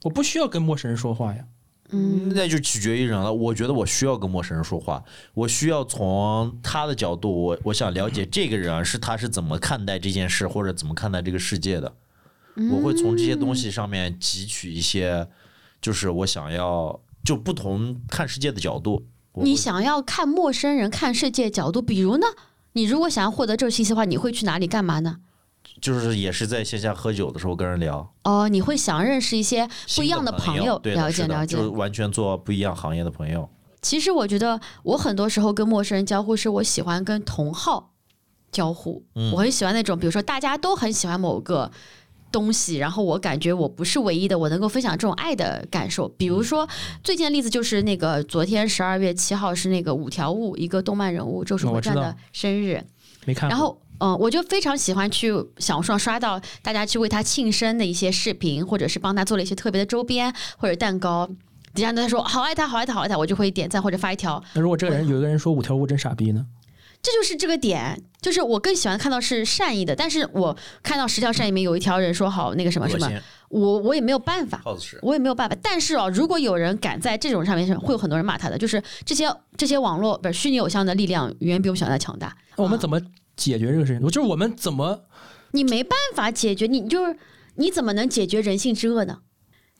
[SPEAKER 3] 我不需要跟陌生人说话呀。
[SPEAKER 4] 嗯那就取决于人了。我觉得我需要跟陌生人说话，我需要从他的角度，我我想了解这个人是他是怎么看待这件事，或者怎么看待这个世界的。我会从这些东西上面汲取一些，就是我想要就不同看世界的角度。我
[SPEAKER 1] 你
[SPEAKER 4] 会
[SPEAKER 1] 想要看陌生人看世界角度，比如呢，你如果想要获得这种信息的话，你会去哪里干嘛呢？
[SPEAKER 4] 就是也是在线下喝酒的时候跟人聊
[SPEAKER 1] 哦，你会想认识一些不一样
[SPEAKER 4] 的
[SPEAKER 1] 朋
[SPEAKER 4] 友，对的
[SPEAKER 1] 了解
[SPEAKER 4] 是的
[SPEAKER 1] 了解
[SPEAKER 4] 就。是完全做不一样行业的朋友。
[SPEAKER 1] 其实我觉得，我很多时候跟陌生人交互，是我喜欢跟同好交互。
[SPEAKER 3] 嗯
[SPEAKER 1] 我很喜欢那种，比如说大家都很喜欢某个东西，然后我感觉我不是唯一的，我能够分享这种爱的感受。比
[SPEAKER 3] 嗯
[SPEAKER 1] 如说最近的例子就是那个昨天十二月七号是那个五条悟一个动漫人物《咒术
[SPEAKER 3] 嗯
[SPEAKER 1] 回
[SPEAKER 3] 我知
[SPEAKER 1] 战》
[SPEAKER 3] 道
[SPEAKER 1] 的生日，
[SPEAKER 3] 没看过。
[SPEAKER 1] 然后，嗯，我就非常喜欢去小红书上刷到大家去为他庆生的一些视频，或者是帮他做了一些特别的周边或者蛋糕。底下人都在说好爱他，好爱他，好爱他，我就会点赞或者发一条。
[SPEAKER 3] 那如果这个人有一个人说五条悟真傻逼呢？
[SPEAKER 1] 这就是这个点，就是我更喜欢看到是善意的，但是我看到十条善意里面有一条人说好那个什么什么
[SPEAKER 4] 恶心，
[SPEAKER 1] 我我也没有办法，
[SPEAKER 4] 耗子是
[SPEAKER 1] 我也没有办法。但是哦，如果有人敢在这种上面，会有很多人骂他的。就是这些这些网络不是虚拟偶像的力量远比我们想象的强大。
[SPEAKER 3] 那我们怎么解决这个事情？就是我们怎么
[SPEAKER 1] 你没办法解决，你就是你怎么能解决人性之恶呢？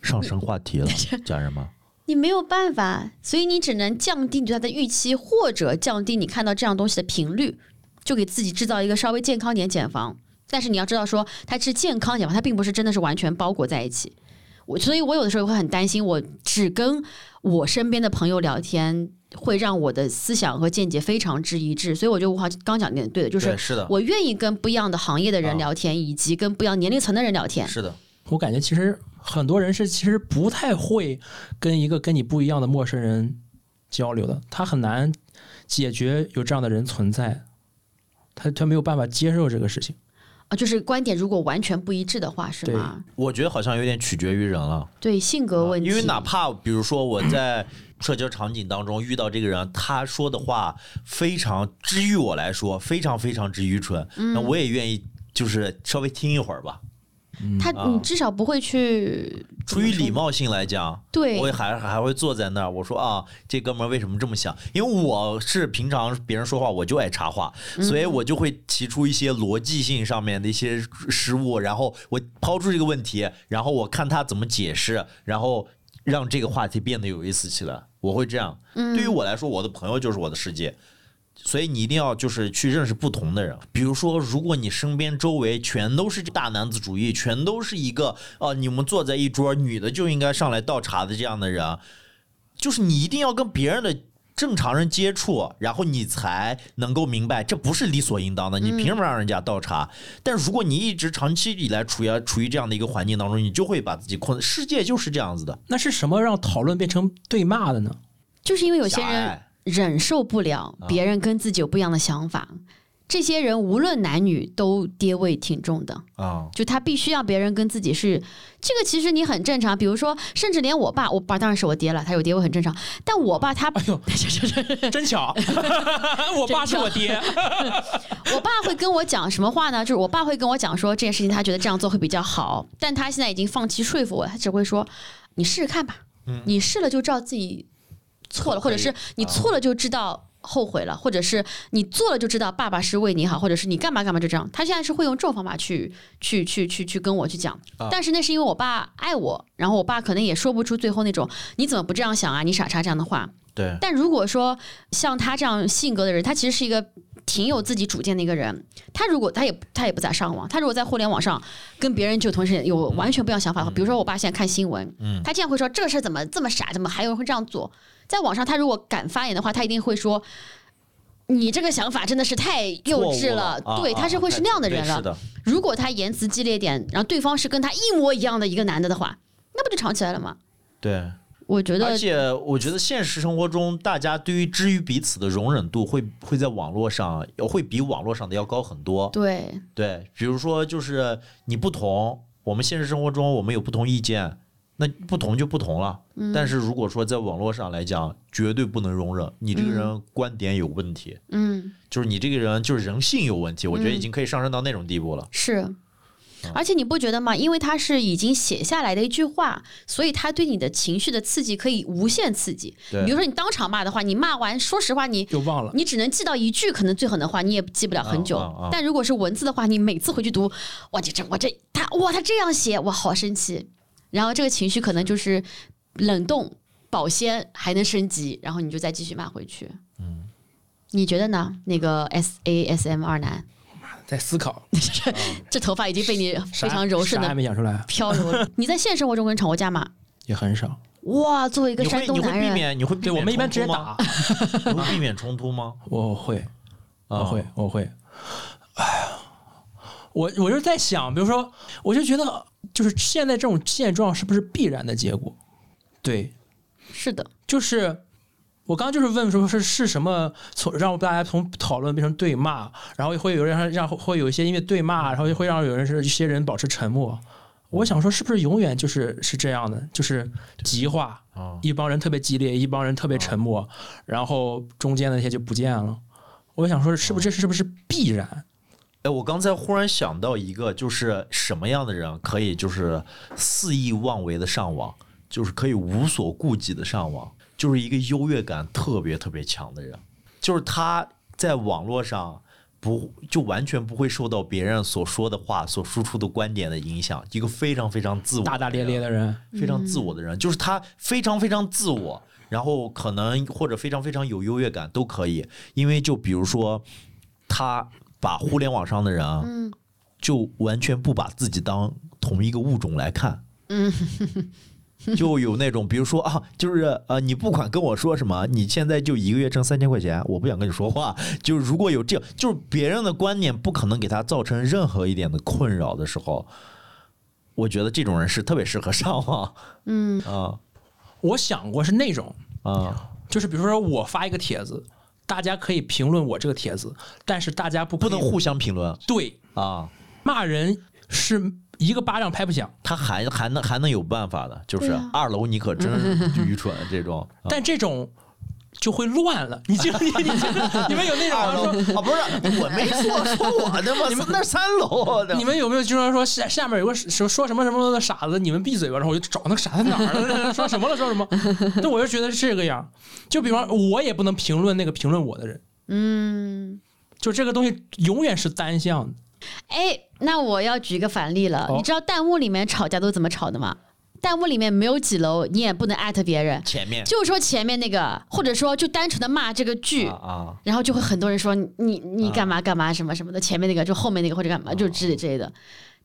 [SPEAKER 4] 上升话题了，家人们。
[SPEAKER 1] 你没有办法，所以你只能降低你对它的预期，或者降低你看到这样东西的频率，就给自己制造一个稍微健康点减防。但是你要知道说，它是健康减防，它并不是真的是完全包裹在一起。我所以，我有的时候会很担心，我只跟我身边的朋友聊天，会让我的思想和见解非常之一致。所以，我觉得吴豪刚讲的点对的，就是
[SPEAKER 4] 对是的
[SPEAKER 1] 我愿意跟不一样的行业的人
[SPEAKER 4] 啊
[SPEAKER 1] 聊天，以及跟不一样年龄层的人聊天。
[SPEAKER 4] 是的，
[SPEAKER 3] 我感觉其实很多人是其实不太会跟一个跟你不一样的陌生人交流的，他很难解决有这样的人存在，他他没有办法接受这个事情。
[SPEAKER 1] 啊，就是观点如果完全不一致的话，是吗？
[SPEAKER 4] 我觉得好像有点取决于人了。
[SPEAKER 1] 对性格问题，
[SPEAKER 4] 啊因为哪怕比如说我在社交场景当中遇到这个人，他说的话非常之于我来说非常非常之愚蠢，
[SPEAKER 1] 嗯
[SPEAKER 4] 那我也愿意就是稍微听一会儿吧。
[SPEAKER 1] 他
[SPEAKER 4] 啊
[SPEAKER 1] 你至少不会去
[SPEAKER 4] 出于礼貌性来讲，
[SPEAKER 1] 对
[SPEAKER 4] 我也还还会坐在那儿，我说啊，这哥们儿为什么这么想？因为我是平常别人说话我就爱插话，所以我就会提出一些逻辑性上面的一些失误，然后我抛出这个问题，然后我看他怎么解释，然后让这个话题变得有意思起来。我会这样，
[SPEAKER 1] 嗯
[SPEAKER 4] 对于我来说，我的朋友就是我的世界。所以你一定要就是去认识不同的人，比如说，如果你身边周围全都是大男子主义，全都是一个啊，你们坐在一桌，女的就应该上来倒茶的这样的人，就是你一定要跟别人的正常人接触，然后你才能够明白这不是理所应当的，你凭什
[SPEAKER 1] 嗯
[SPEAKER 4] 么让人家倒茶？但如果你一直长期以来处于处于这样的一个环境当中，你就会把自己困，世界就是这样子的，
[SPEAKER 3] 那是什么让讨论变成对骂 的呢？
[SPEAKER 1] 就是因为有些
[SPEAKER 4] 狭
[SPEAKER 1] 人
[SPEAKER 4] 隘啊
[SPEAKER 1] 忍受不了别人跟自己有不一样的想法，这些人无论男女都爹味挺重的。
[SPEAKER 4] 啊，
[SPEAKER 1] 就他必须让别人跟自己是这个，其实你很正常。比如说，甚至连我爸，我爸当然是我爹了，他有爹味很正常。但我爸他，
[SPEAKER 3] 哎 呦，真巧， 我爸是 我爹。
[SPEAKER 1] 我爸会跟我讲什么话呢？就是我爸会跟我讲说这件事情，他觉得这样做会比较好，但他现在已经放弃说服我，他只会说你试试看吧，你试了就知道自己错了，或者是你错了就知道后悔了，或者是你做了就知道爸爸是为你好，或者是你干嘛干嘛就这样。他现在是会用这种方法去去去去去跟我去讲，但是那是因为我爸爱我，然后我爸可能也说不出最后那种你怎么不这样想啊，你傻叉这样的话。
[SPEAKER 4] 对，
[SPEAKER 1] 但如果说像他这样性格的人，他其实是一个挺有自己主见的一个人。他如果他也他也不咋上网，他如果在互联网上跟别人就同时有完全不一样想法，比如说我爸现在看新闻，
[SPEAKER 4] 嗯
[SPEAKER 1] 他竟然会说这个事儿怎么这么傻，怎么还有人会这样做？在网上他如果敢发言的话，他一定会说。你这个想法真的是太幼稚了，
[SPEAKER 4] 错误
[SPEAKER 1] 对，
[SPEAKER 4] 啊
[SPEAKER 1] 他是会是那样的人
[SPEAKER 4] 对
[SPEAKER 1] 了
[SPEAKER 4] 是。的，
[SPEAKER 1] 如果他言辞激烈点，然后对方是跟他一模一样的一个男的的话，那不就吵起来了吗？
[SPEAKER 4] 对。
[SPEAKER 1] 我觉得
[SPEAKER 4] 而且我觉得现实生活中，大家对于之于彼此的容忍度会会在网络上会比网络上的要高很多。
[SPEAKER 1] 对，
[SPEAKER 4] 对，比如说就是你不同，我们现实生活中我们有不同意见，那不同就不同了。
[SPEAKER 1] 嗯
[SPEAKER 4] 但是如果说在网络上来讲，绝对不能容忍你这个人观点有问题，
[SPEAKER 1] 嗯，
[SPEAKER 4] 就是你这个人就是人性有问题，我觉得已
[SPEAKER 1] 嗯
[SPEAKER 4] 经可以上升到那种地步了。
[SPEAKER 1] 是。而且你不觉得吗？因为它是已经写下来的一句话，所以它对你的情绪的刺激可以无限刺激。
[SPEAKER 4] 对
[SPEAKER 1] 比如说你当场骂的话，你骂完，说实话你。
[SPEAKER 3] 就忘了。
[SPEAKER 1] 你只能记到一句可能最狠的话，你也记不了很久。
[SPEAKER 4] 啊啊啊
[SPEAKER 1] 但如果是文字的话，你每次回去读，哇，这这我这他哇他这样写，我好生气。然后这个情绪可能就是冷冻保鲜，还能升级，然后你就再继续骂回去。嗯，你觉得呢？那个 S A S M 二男，
[SPEAKER 3] 在思考，
[SPEAKER 1] 这头发已经被你 非常柔顺
[SPEAKER 3] 啥
[SPEAKER 1] 的
[SPEAKER 3] 啥也没讲出来，
[SPEAKER 1] 飘柔了。你在现实生活中跟人吵过架吗？
[SPEAKER 3] 也很少。
[SPEAKER 1] 哇，作为一个
[SPEAKER 4] 你
[SPEAKER 1] 山
[SPEAKER 4] 会
[SPEAKER 1] 东
[SPEAKER 4] 你会
[SPEAKER 1] 男
[SPEAKER 4] 避
[SPEAKER 1] 人，
[SPEAKER 4] 免你会避
[SPEAKER 3] 对我
[SPEAKER 4] 免
[SPEAKER 3] 们一般直
[SPEAKER 4] 冲
[SPEAKER 3] 接
[SPEAKER 4] 突吗？
[SPEAKER 3] 打，
[SPEAKER 4] 你会避免冲 突吗？
[SPEAKER 3] 我会，
[SPEAKER 4] 啊
[SPEAKER 3] 我会，我会。哎呀，我我就在想，比如说，我就觉得，就是现在这种现状是不是必然的结果？对，
[SPEAKER 1] 是的，
[SPEAKER 3] 就是我刚刚就是问说是是什么从让大家从讨论变成对骂，然后会有人让会有一些因为对骂，然后会让有人是一些人保持沉默。我想说，是不是永远就是是这样的，就是极化，
[SPEAKER 4] 啊，
[SPEAKER 3] 一帮人特别激烈，一帮人特别沉默，然后中间的那些就不见了。我想说，是不是这是不是必然？
[SPEAKER 4] 哎，我刚才忽然想到一个，就是什么样的人可以就是肆意妄为的上网，就是可以无所顾忌的上网，就是一个优越感特别特别强的人，就是他在网络上不就完全不会受到别人所说的话、所输出的观点的影响，一个非常非常自我、
[SPEAKER 3] 大大咧咧、的人，
[SPEAKER 4] 非常自我的人，就是他非常非常自我，然后可能或者非常非常有优越感都可以，因为就比如说他把互联网上的人啊。
[SPEAKER 1] 嗯
[SPEAKER 4] 就完全不把自己当同一个物种来看。嗯，就有那种，比如说啊，就是呃，你不管跟我说什么，你现在就一个月挣三千块钱，我不想跟你说话。就是如果有这样，就是别人的观点不可能给他造成任何一点的困扰的时候，我觉得这种人是特别适合上网。嗯啊
[SPEAKER 3] 我想过是那种，
[SPEAKER 4] 啊，
[SPEAKER 3] 就是比如说我发一个帖子，大家可以评论我这个帖子，但是大家不
[SPEAKER 4] 不
[SPEAKER 3] 可以
[SPEAKER 4] 能互相评论
[SPEAKER 3] 对
[SPEAKER 4] 啊。
[SPEAKER 3] 骂人是一个巴掌拍不响，
[SPEAKER 4] 他还还能还能有办法的，就是
[SPEAKER 1] 对啊
[SPEAKER 4] 二楼你可真愚蠢 这种。啊
[SPEAKER 3] 但这种就会乱了。你就你你你们有那
[SPEAKER 4] 二楼
[SPEAKER 3] 种
[SPEAKER 4] 啊，不是，我没说，说我的 嘛，你们那三楼
[SPEAKER 3] 说，
[SPEAKER 4] 的
[SPEAKER 3] 你们有没有经常说下下面有个说说什么什么的傻子，你们闭嘴吧？然后我就找那个傻子哪儿了，说什么了，说什么？但我就觉得是这个样。就比方我也不能评论那个评论我的人，
[SPEAKER 1] 嗯，
[SPEAKER 3] 就这个东西永远是单向的。
[SPEAKER 1] 哎，那我要举一个反例
[SPEAKER 4] 哦
[SPEAKER 1] 了。
[SPEAKER 3] 好
[SPEAKER 1] 你知道弹幕里面吵架都怎么吵的吗？弹幕里面没有几楼，你也不能艾特别人，
[SPEAKER 4] 前面
[SPEAKER 1] 就说前面那个，或者说就单纯的骂这个剧。
[SPEAKER 4] 啊
[SPEAKER 1] 然后就会很多人说你你你干嘛干嘛什么什么的，前面那个就后面那个或者干嘛就之类之类的，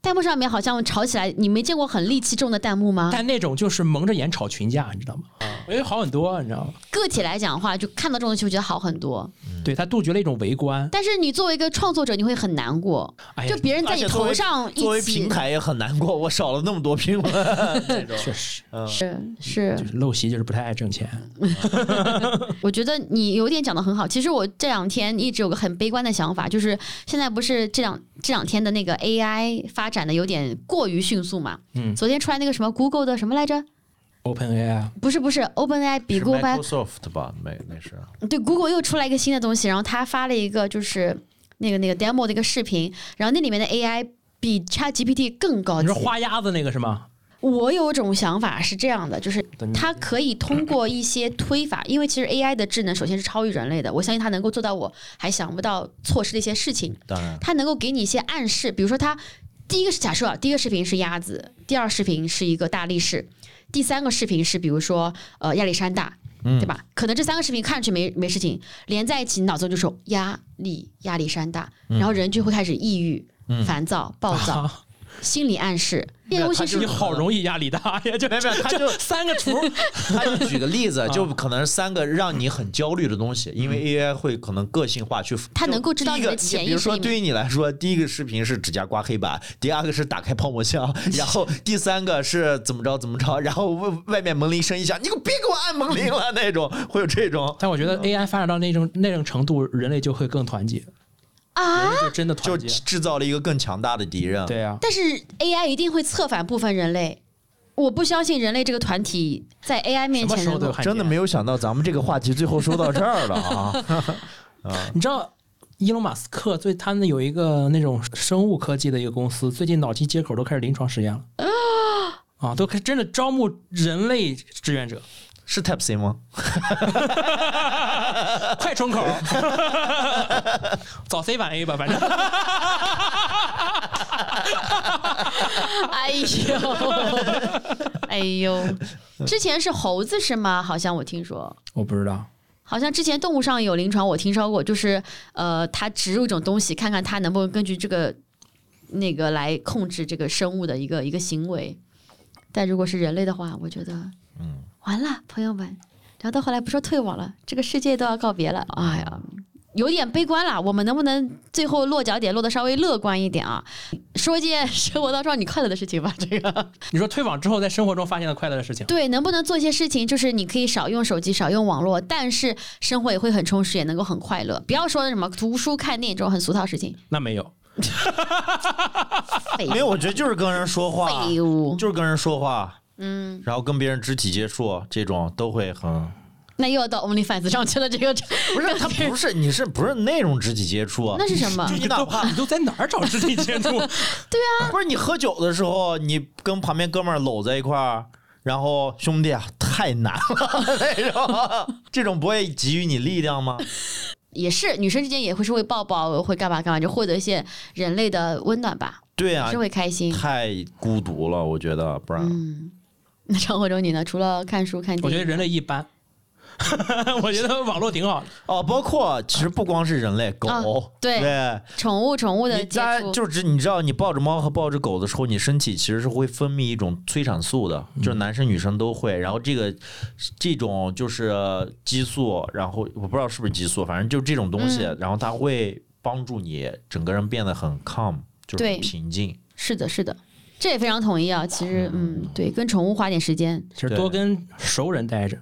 [SPEAKER 1] 弹幕上面好像吵起来，你没见过很戾气重的弹幕吗？
[SPEAKER 3] 但那种就是蒙着眼吵群架，你知道吗？
[SPEAKER 1] 啊
[SPEAKER 3] 我觉得好很多，你知道吗？
[SPEAKER 1] 个体来讲的话，就看到这种东西，我觉得好很多。
[SPEAKER 3] 对他杜绝了一种围观。
[SPEAKER 1] 但是你作为一个创作者，你会很难过，
[SPEAKER 3] 哎呀
[SPEAKER 1] 就，别人在你头上
[SPEAKER 4] 作
[SPEAKER 1] 一
[SPEAKER 4] 为平
[SPEAKER 1] 起，
[SPEAKER 4] 台也很难过，我少了那么多评 论，这种
[SPEAKER 3] 确实，
[SPEAKER 1] 嗯是，
[SPEAKER 3] 就是是陋习就是不太爱挣钱。
[SPEAKER 1] 我觉得你有点讲的很好。其实我这两天一直有个很悲观的想法，就是现在不是这两这两天的那个 AI 发展的有点过于迅速嘛？
[SPEAKER 3] 嗯
[SPEAKER 1] 昨天出来那个什么 Google 的什么来着？
[SPEAKER 3] Open AI，
[SPEAKER 1] 不是不是，OpenAI 比 Google
[SPEAKER 4] Microsoft 吧，没那是
[SPEAKER 1] 对 Google 又出来一个新的东西，然后他发了一个就是那个那个 demo 的一个视频，然后那里面的 AI 比 ChatGPT 更高
[SPEAKER 3] 你
[SPEAKER 1] 级
[SPEAKER 3] 说。花鸭子那个是吗？
[SPEAKER 1] 我有种想法是这样的，就是它可以通过一些推法，因为其实 AI 的智能首先是超越人类的，我相信它能够做到我还想不到措施的一些事情。
[SPEAKER 4] 当然，
[SPEAKER 1] 它能够给你一些暗示，比如说它第一个是假设啊，第一个视频是鸭子，第二视频是一个大力士，第三个视频是比如说呃亚历山大，
[SPEAKER 4] 嗯
[SPEAKER 1] 对吧？可能这三个视频看上去没没事情，连在一起脑子就是压力亚历山大，
[SPEAKER 4] 嗯
[SPEAKER 1] 然后人就会开始抑郁、烦躁、暴 躁，
[SPEAKER 3] 啊，
[SPEAKER 1] 心理暗示。
[SPEAKER 4] 没有
[SPEAKER 1] 练
[SPEAKER 4] 它
[SPEAKER 1] 习
[SPEAKER 4] 就是
[SPEAKER 3] 你好容易压力大呀， 就
[SPEAKER 4] 没有没有， 他就
[SPEAKER 3] 就三个图，
[SPEAKER 4] 他就举个例 子，就可能三个让你很焦虑的东西，因为 AI 会可嗯能个性化去，
[SPEAKER 1] 它能够知道你的
[SPEAKER 4] 就第一个
[SPEAKER 1] 潜意识里面
[SPEAKER 4] 比如说，对于你来说，第一个视频是指甲刮黑板，第二个是打开泡沫箱， 然后第三个是怎么着怎么着，然后外外面门铃声一响，你给我别给我按门铃了那种，会有这种。
[SPEAKER 3] 但我觉得 AI 发展到那种那种程度，人类就会更团结，人
[SPEAKER 1] 啊！
[SPEAKER 3] 类就真的
[SPEAKER 4] 就嗯
[SPEAKER 3] 团结。
[SPEAKER 4] 制造了一个更强大的敌人。
[SPEAKER 3] 对啊呀、
[SPEAKER 1] 但是 AI 一定会策反部分人类，我不相信人类这个团体在 AI 面
[SPEAKER 3] 什么
[SPEAKER 1] 前
[SPEAKER 3] 时候
[SPEAKER 1] 能
[SPEAKER 3] 都有
[SPEAKER 1] 够。
[SPEAKER 3] 汉奸
[SPEAKER 4] 真的没有想到咱们这个话题最后说到这儿了 啊！
[SPEAKER 3] 你知道伊隆马斯克最他们有一个那种生物科技的一个公司，最近脑机接口都开始临床实验了。啊，都开真的招募人类志愿者，
[SPEAKER 4] 是 Type C 吗？
[SPEAKER 3] 快窗口， 早 C 晚 A 吧， 反正
[SPEAKER 1] 哎呦，哎呦，之前是猴子是吗？好像我听说。
[SPEAKER 3] 我不知道。
[SPEAKER 1] 好像之前动物上有临床，我听说过，就是呃，它植入一种东西，看看它能不能根据这个那个来控制这个生物的一个一个行为。但如果是人类的话，我觉得，嗯，完了，朋友们，聊到后来不说退网了，这个世界都要告别了，哎呀。有点悲观了，我们能不能最后落脚点落得稍微乐观一点啊？说一件生活当中让你快乐的事情吧，这个。
[SPEAKER 3] 你说退网之后，在生活中发现了快乐的事情，
[SPEAKER 1] 对，能不能做一些事情，就是你可以少用手机，少用网络，但是生活也会很充实，也能够很快乐。不要说什么读书、看电影这种很俗套的事情。
[SPEAKER 3] 那没有。
[SPEAKER 1] 废
[SPEAKER 4] 没有，我啊觉得就是跟人说话，
[SPEAKER 1] 废物。
[SPEAKER 4] 就是跟人说话，
[SPEAKER 1] 嗯，
[SPEAKER 4] 然后跟别人肢体接触，这种都会很
[SPEAKER 1] 那又要到 OnlyFans 上去了，这个
[SPEAKER 4] 不是他不是你是不是那种肢体接触？啊
[SPEAKER 1] 那是什么
[SPEAKER 4] 就？你哪怕
[SPEAKER 3] 你都在哪儿找肢体接触？
[SPEAKER 4] 不是你喝酒的时候，你跟旁边哥们儿搂在一块儿。然后兄弟啊，太难了 那种，这种不会给予你力量吗？
[SPEAKER 1] 也是女生之间也会是会抱抱，会干嘛干嘛，就获得一些人类的温暖吧，
[SPEAKER 4] 对
[SPEAKER 1] 也
[SPEAKER 4] 啊
[SPEAKER 1] 是，会开心。
[SPEAKER 4] 太孤独了，我觉得，不然、
[SPEAKER 1] 嗯， 那生活中你呢？除了看书看
[SPEAKER 3] 我
[SPEAKER 1] 电
[SPEAKER 3] 觉得
[SPEAKER 1] 影，
[SPEAKER 3] 人类一般， 我觉得网络挺好的。
[SPEAKER 4] 哦，包括其实不光是人类，狗，
[SPEAKER 1] 啊对
[SPEAKER 4] 对，
[SPEAKER 1] 宠物宠物的
[SPEAKER 4] 你
[SPEAKER 1] 接
[SPEAKER 4] 家
[SPEAKER 1] 触，
[SPEAKER 4] 就是你知道，你抱着猫和抱着狗的时候，你身体其实是会分泌一种催产素的，就是男生女生都会。然后这个这种就是激素，然后我不知道是不是激素，反正就这种东西，
[SPEAKER 1] 嗯
[SPEAKER 4] 然后它会帮助你整个人变得很 calm，就是
[SPEAKER 1] 对
[SPEAKER 4] 很平静。
[SPEAKER 1] 是的，是的，这也非常同意啊。其实，嗯，对，跟宠物花点时间，
[SPEAKER 3] 其实
[SPEAKER 4] 对
[SPEAKER 3] 多跟熟人待着，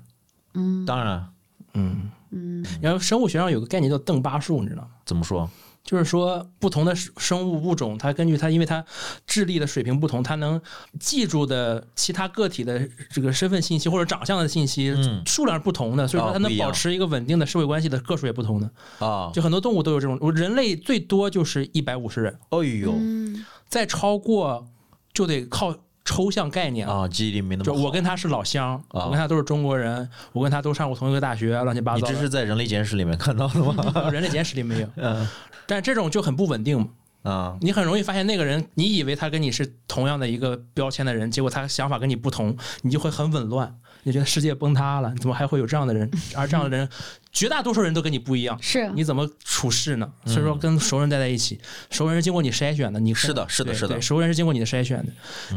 [SPEAKER 1] 嗯
[SPEAKER 4] 当然，
[SPEAKER 3] 嗯
[SPEAKER 1] 嗯。
[SPEAKER 3] 然后生物学上有个概念叫邓巴数，你知道吗？
[SPEAKER 4] 怎么说？
[SPEAKER 3] 就是说不同的生生物物种，它根据它因为它智力的水平不同，它能记住的其他个体的这个身份信息或者长相的信息。
[SPEAKER 4] 嗯
[SPEAKER 3] 数量是不同的，所以说
[SPEAKER 4] 哦
[SPEAKER 3] 它
[SPEAKER 4] 不
[SPEAKER 3] 能
[SPEAKER 4] 一样
[SPEAKER 3] 保持一个稳定的社会关系的个数也不同的。
[SPEAKER 4] 啊，
[SPEAKER 3] 就很多动物都有这种，我人类最多就是一百五十人，
[SPEAKER 4] 哎呦
[SPEAKER 1] 嗯，
[SPEAKER 3] 再超过就得靠抽象概念了。
[SPEAKER 4] 啊，记忆力没那
[SPEAKER 3] 就
[SPEAKER 4] 么
[SPEAKER 3] 我
[SPEAKER 4] 好。
[SPEAKER 3] 跟他是老乡，
[SPEAKER 4] 啊
[SPEAKER 3] 我跟他都是中国人，我跟他都上过同一个大学，乱七八
[SPEAKER 4] 你
[SPEAKER 3] 糟
[SPEAKER 4] 啊这
[SPEAKER 3] 的。
[SPEAKER 4] 是在《人类简史》里面看到的吗？
[SPEAKER 3] 人类简史里没有，
[SPEAKER 4] 嗯
[SPEAKER 3] 但这种就很不稳定嘛。
[SPEAKER 4] 啊，
[SPEAKER 3] 你很容易发现那个人，你以为他跟你是同样的一个标签的人，结果他想法跟你不同，你就会很紊乱，你觉得世界崩塌了，你怎么还会有这样的人？而这样的人，绝大多数人都跟你不一样，
[SPEAKER 4] 啊
[SPEAKER 1] 是
[SPEAKER 3] 你怎么处事呢？所以说，跟熟人待在一起，熟人是经过你筛选的，你跟
[SPEAKER 4] 是的是的
[SPEAKER 3] 对
[SPEAKER 4] 是的
[SPEAKER 3] 对熟人是经过你的嗯筛选的，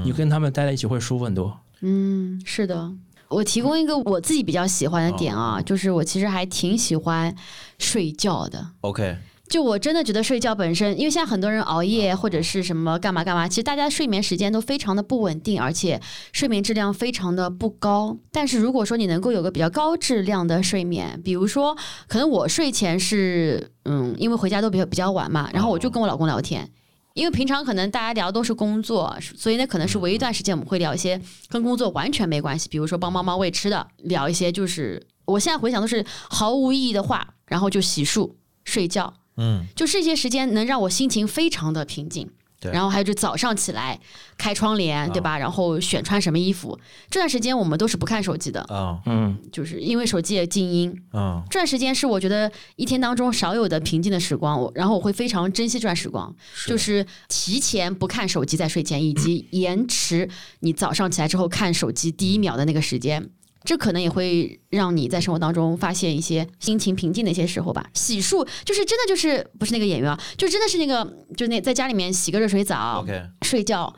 [SPEAKER 3] 你跟他们待在一起会舒服很多。
[SPEAKER 1] 嗯，是的。我提供一个我自己比较喜欢的点啊，就是我其实还挺喜欢睡觉的。
[SPEAKER 4] OK，
[SPEAKER 1] 就我真的觉得睡觉本身，因为现在很多人熬夜或者是什么干嘛干嘛，其实大家睡眠时间都非常的不稳定，而且睡眠质量非常的不高。但是如果说你能够有个比较高质量的睡眠，比如说，可能我睡前是嗯，因为回家都比较比较晚嘛，然后我就跟我老公聊天。因为平常可能大家聊都是工作，所以那可能是唯一一段时间我们会聊一些跟工作完全没关系，比如说帮猫猫喂吃的，聊一些就是我现在回想都是毫无意义的话，然后就洗漱、睡觉，
[SPEAKER 4] 嗯
[SPEAKER 1] 就这些时间能让我心情非常的平静。
[SPEAKER 4] 对
[SPEAKER 1] 然后还有就早上起来开窗帘，对吧？然后选穿什么衣服，这段时间我们都是不看手机的，
[SPEAKER 4] 啊
[SPEAKER 3] 嗯，
[SPEAKER 1] 就是因为手机也静音，
[SPEAKER 4] 啊
[SPEAKER 1] 这段时间是我觉得一天当中少有的平静的时光，我然后我会非常珍惜这段时光，就是提前不看手机在睡前，以 及延迟你早上起来之后看手机第一秒的那个时间。这可能也会让你在生活当中发现一些心情平静的一些时候吧。洗漱就是真的就是不是那个演员啊，就真的是那个就那在家里面洗个热水澡
[SPEAKER 4] ，OK，
[SPEAKER 1] 睡觉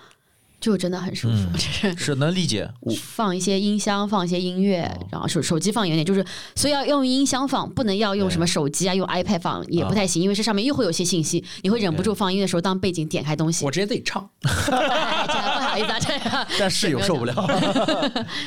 [SPEAKER 1] 就真的很舒服，
[SPEAKER 4] 嗯
[SPEAKER 1] 就是
[SPEAKER 4] 是能理解。我
[SPEAKER 1] 放一些音箱，放一些音乐，
[SPEAKER 4] 哦
[SPEAKER 1] 然后手手机放远点，就是所以要用音箱放，不能要用
[SPEAKER 4] 对哦
[SPEAKER 1] 什么手机啊，用 iPad 放也不太行，因为这上面又会有些信息，你会忍不住放音乐的时候当背景点开东西
[SPEAKER 3] 我。直接自己唱，
[SPEAKER 1] 哎，真的不好意思啊，这 个
[SPEAKER 4] 但室友受不了。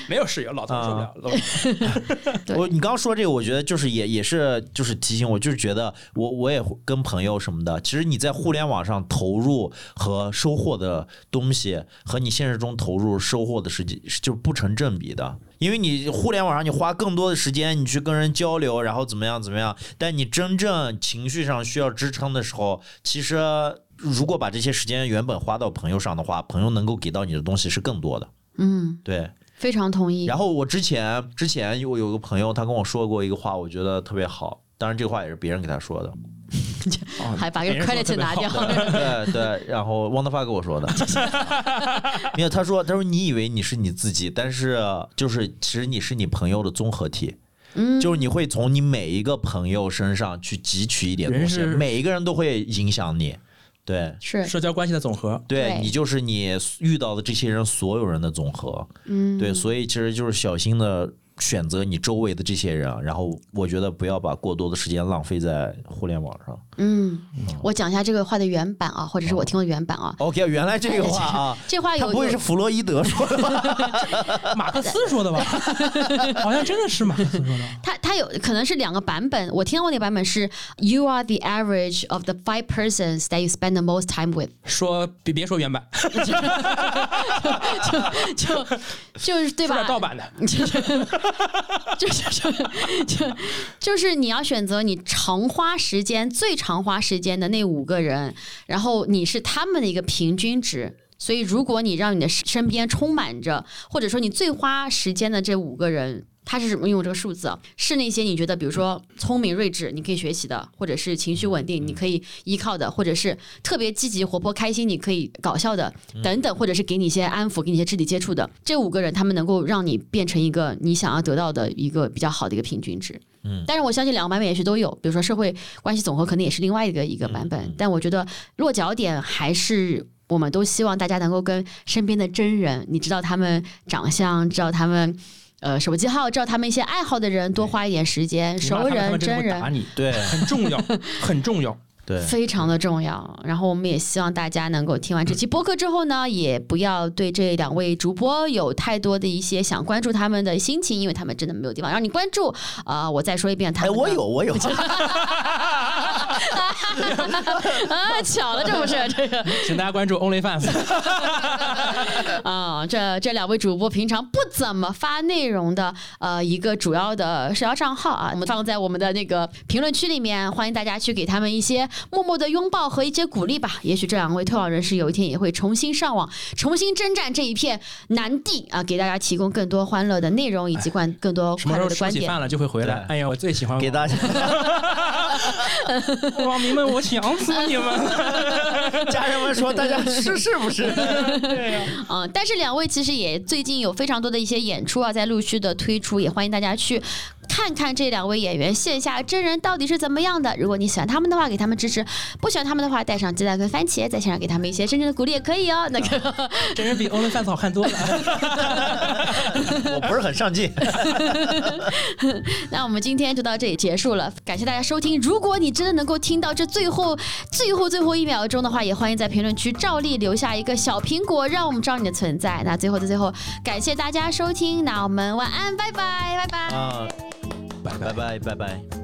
[SPEAKER 3] 没有室友，老头受不了，老
[SPEAKER 1] 对
[SPEAKER 4] 我你刚刚说这个，我觉得就是也也是就是提醒我，就是觉得我我也会跟朋友什么的，其实你在互联网上投入和收获的东西，和你现实中投入收获的时间就是不成正比的。因为你互联网上你花更多的时间，你去跟人交流，然后怎么样怎么样，但你真正情绪上需要支撑的时候，其实如果把这些时间原本花到朋友上的话，朋友能够给到你的东西是更多的。
[SPEAKER 1] 嗯，
[SPEAKER 4] 对，
[SPEAKER 1] 非常同意
[SPEAKER 4] 然。后我之前之前我有个朋友，他跟我说过一个话，我觉得特别好。当然，这个话也是别人给他 说的，
[SPEAKER 3] 哦
[SPEAKER 1] 还把这个 credit 拿 掉，
[SPEAKER 4] 对对。然后汪德发跟 我说的，没有，他说他说你以为你是你自己，但是就是其实你是你朋友的综合体，
[SPEAKER 1] 嗯，
[SPEAKER 4] 就是你会从你每一个朋友身上去汲取一点东西，
[SPEAKER 3] 人是
[SPEAKER 4] 每一个人都会影响你，对。
[SPEAKER 1] 是
[SPEAKER 3] 社交关系的总和。
[SPEAKER 4] 对
[SPEAKER 1] 对
[SPEAKER 4] 你就是你遇到的这些人所有人的总和，
[SPEAKER 1] 嗯，
[SPEAKER 4] 对，所以其实就是小心的选择你周围的这些人啊，然后我觉得不要把过多的时间浪费在互联网上。
[SPEAKER 1] 嗯，我讲一下这个话的原版啊，或者是我听的原版啊。，
[SPEAKER 4] OK，原来这个话啊
[SPEAKER 1] 这话
[SPEAKER 4] 他
[SPEAKER 1] 有
[SPEAKER 4] 哦不会是
[SPEAKER 1] 有
[SPEAKER 4] 弗洛伊德说的吧？
[SPEAKER 3] 马克思说的 吧？好像真的是马克思说的。
[SPEAKER 1] 它它有可能是两个版本，我听到过那个版本是 You are the average of the five persons that you spend the most time with。
[SPEAKER 3] 说别别说原版，
[SPEAKER 1] 就就是对
[SPEAKER 3] 说
[SPEAKER 1] 吧
[SPEAKER 3] 点？盗版的。
[SPEAKER 1] 就是就就就是你要选择你常花时间、最常花时间的那五个人，然后你是他们的一个平均值。所以，如果你让你的身边充满着，或者说你最花时间的这五个人，他是什么用这个数字啊？是那些你觉得，比如说聪明睿智，你可以学习的，或者是情绪稳定，你可以依靠的，或者是特别积极活泼开心，你可以搞笑的，等等，或者是给你一些安抚，给你一些肢体接触的，这五个人他们能够让你变成一个你想要得到的一个比较好的一个平均值。嗯，但是我相信两个版本也许都有，比如说社会关系总和可能也是另外一个一个版本，但我觉得落脚点还是。我们都希望大家能够跟身边的真人，你知道他们长相，知道他们呃手机号，知道他们一些爱好的人，多花一点时间。
[SPEAKER 3] 你
[SPEAKER 1] 熟
[SPEAKER 3] 骂他们他
[SPEAKER 1] 人、
[SPEAKER 3] 们真的
[SPEAKER 1] 真
[SPEAKER 3] 会
[SPEAKER 1] 人
[SPEAKER 3] 打你，
[SPEAKER 4] 对
[SPEAKER 3] 很重 要，很重要。
[SPEAKER 4] 对，
[SPEAKER 1] 非常的重要。然后我们也希望大家能够听完这期播客之后呢，也不要对这两位主播有太多的一些想关注他们的心情，因为他们真的没有地方让你关注。啊、我再说一遍，他
[SPEAKER 4] 哎，
[SPEAKER 1] 们呢
[SPEAKER 4] 我 有，我有，
[SPEAKER 1] 啊，巧了，这不是这个
[SPEAKER 3] 请大家关注 OnlyFans，
[SPEAKER 1] 啊、这这两位主播平常不怎么发内容的，呃，一个主要的社交账号啊，我们放在我们的那个评论区里面，欢迎大家去给他们一些默默的拥抱和一些鼓励吧。也许这两位退网人士有一天也会重新上网，重新征战这一片南地啊，给大家提供更多欢乐的内容以及关更多
[SPEAKER 3] 什
[SPEAKER 1] 快
[SPEAKER 3] 么时
[SPEAKER 1] 乐
[SPEAKER 3] 候
[SPEAKER 1] 的
[SPEAKER 3] 吃
[SPEAKER 1] 观
[SPEAKER 3] 起
[SPEAKER 1] 点。
[SPEAKER 3] 饭了就会回来
[SPEAKER 4] 对。
[SPEAKER 3] 哎呀，我最喜欢
[SPEAKER 4] 给 大家
[SPEAKER 3] 家网民们，我想死你们！
[SPEAKER 4] 家人们说，大 家是是不是？
[SPEAKER 1] 嗯，但是两位其实也最近有非常多的一些演出啊，在陆续的推出，也欢迎大家去看看这两位演员线下真人到底是怎么样的。如果你喜欢他们的话，给他们支持；不喜欢他们的话，带上鸡蛋跟番茄，在线上给他们一些真正的鼓励也可以哦。那个，
[SPEAKER 3] 真人比 OnlyFans 好看多了。
[SPEAKER 4] 我不是很上进。
[SPEAKER 1] 那我们今天就到这里结束了，感谢大家收听。如果你真的能够听到这最后、最后、最后一秒钟的话，也欢迎在评论区照例留下一个小苹果，让我们知道你的存在。那最后的最后，感谢大家收听，那我们晚安，拜拜，拜拜。
[SPEAKER 4] 啊，拜拜拜拜。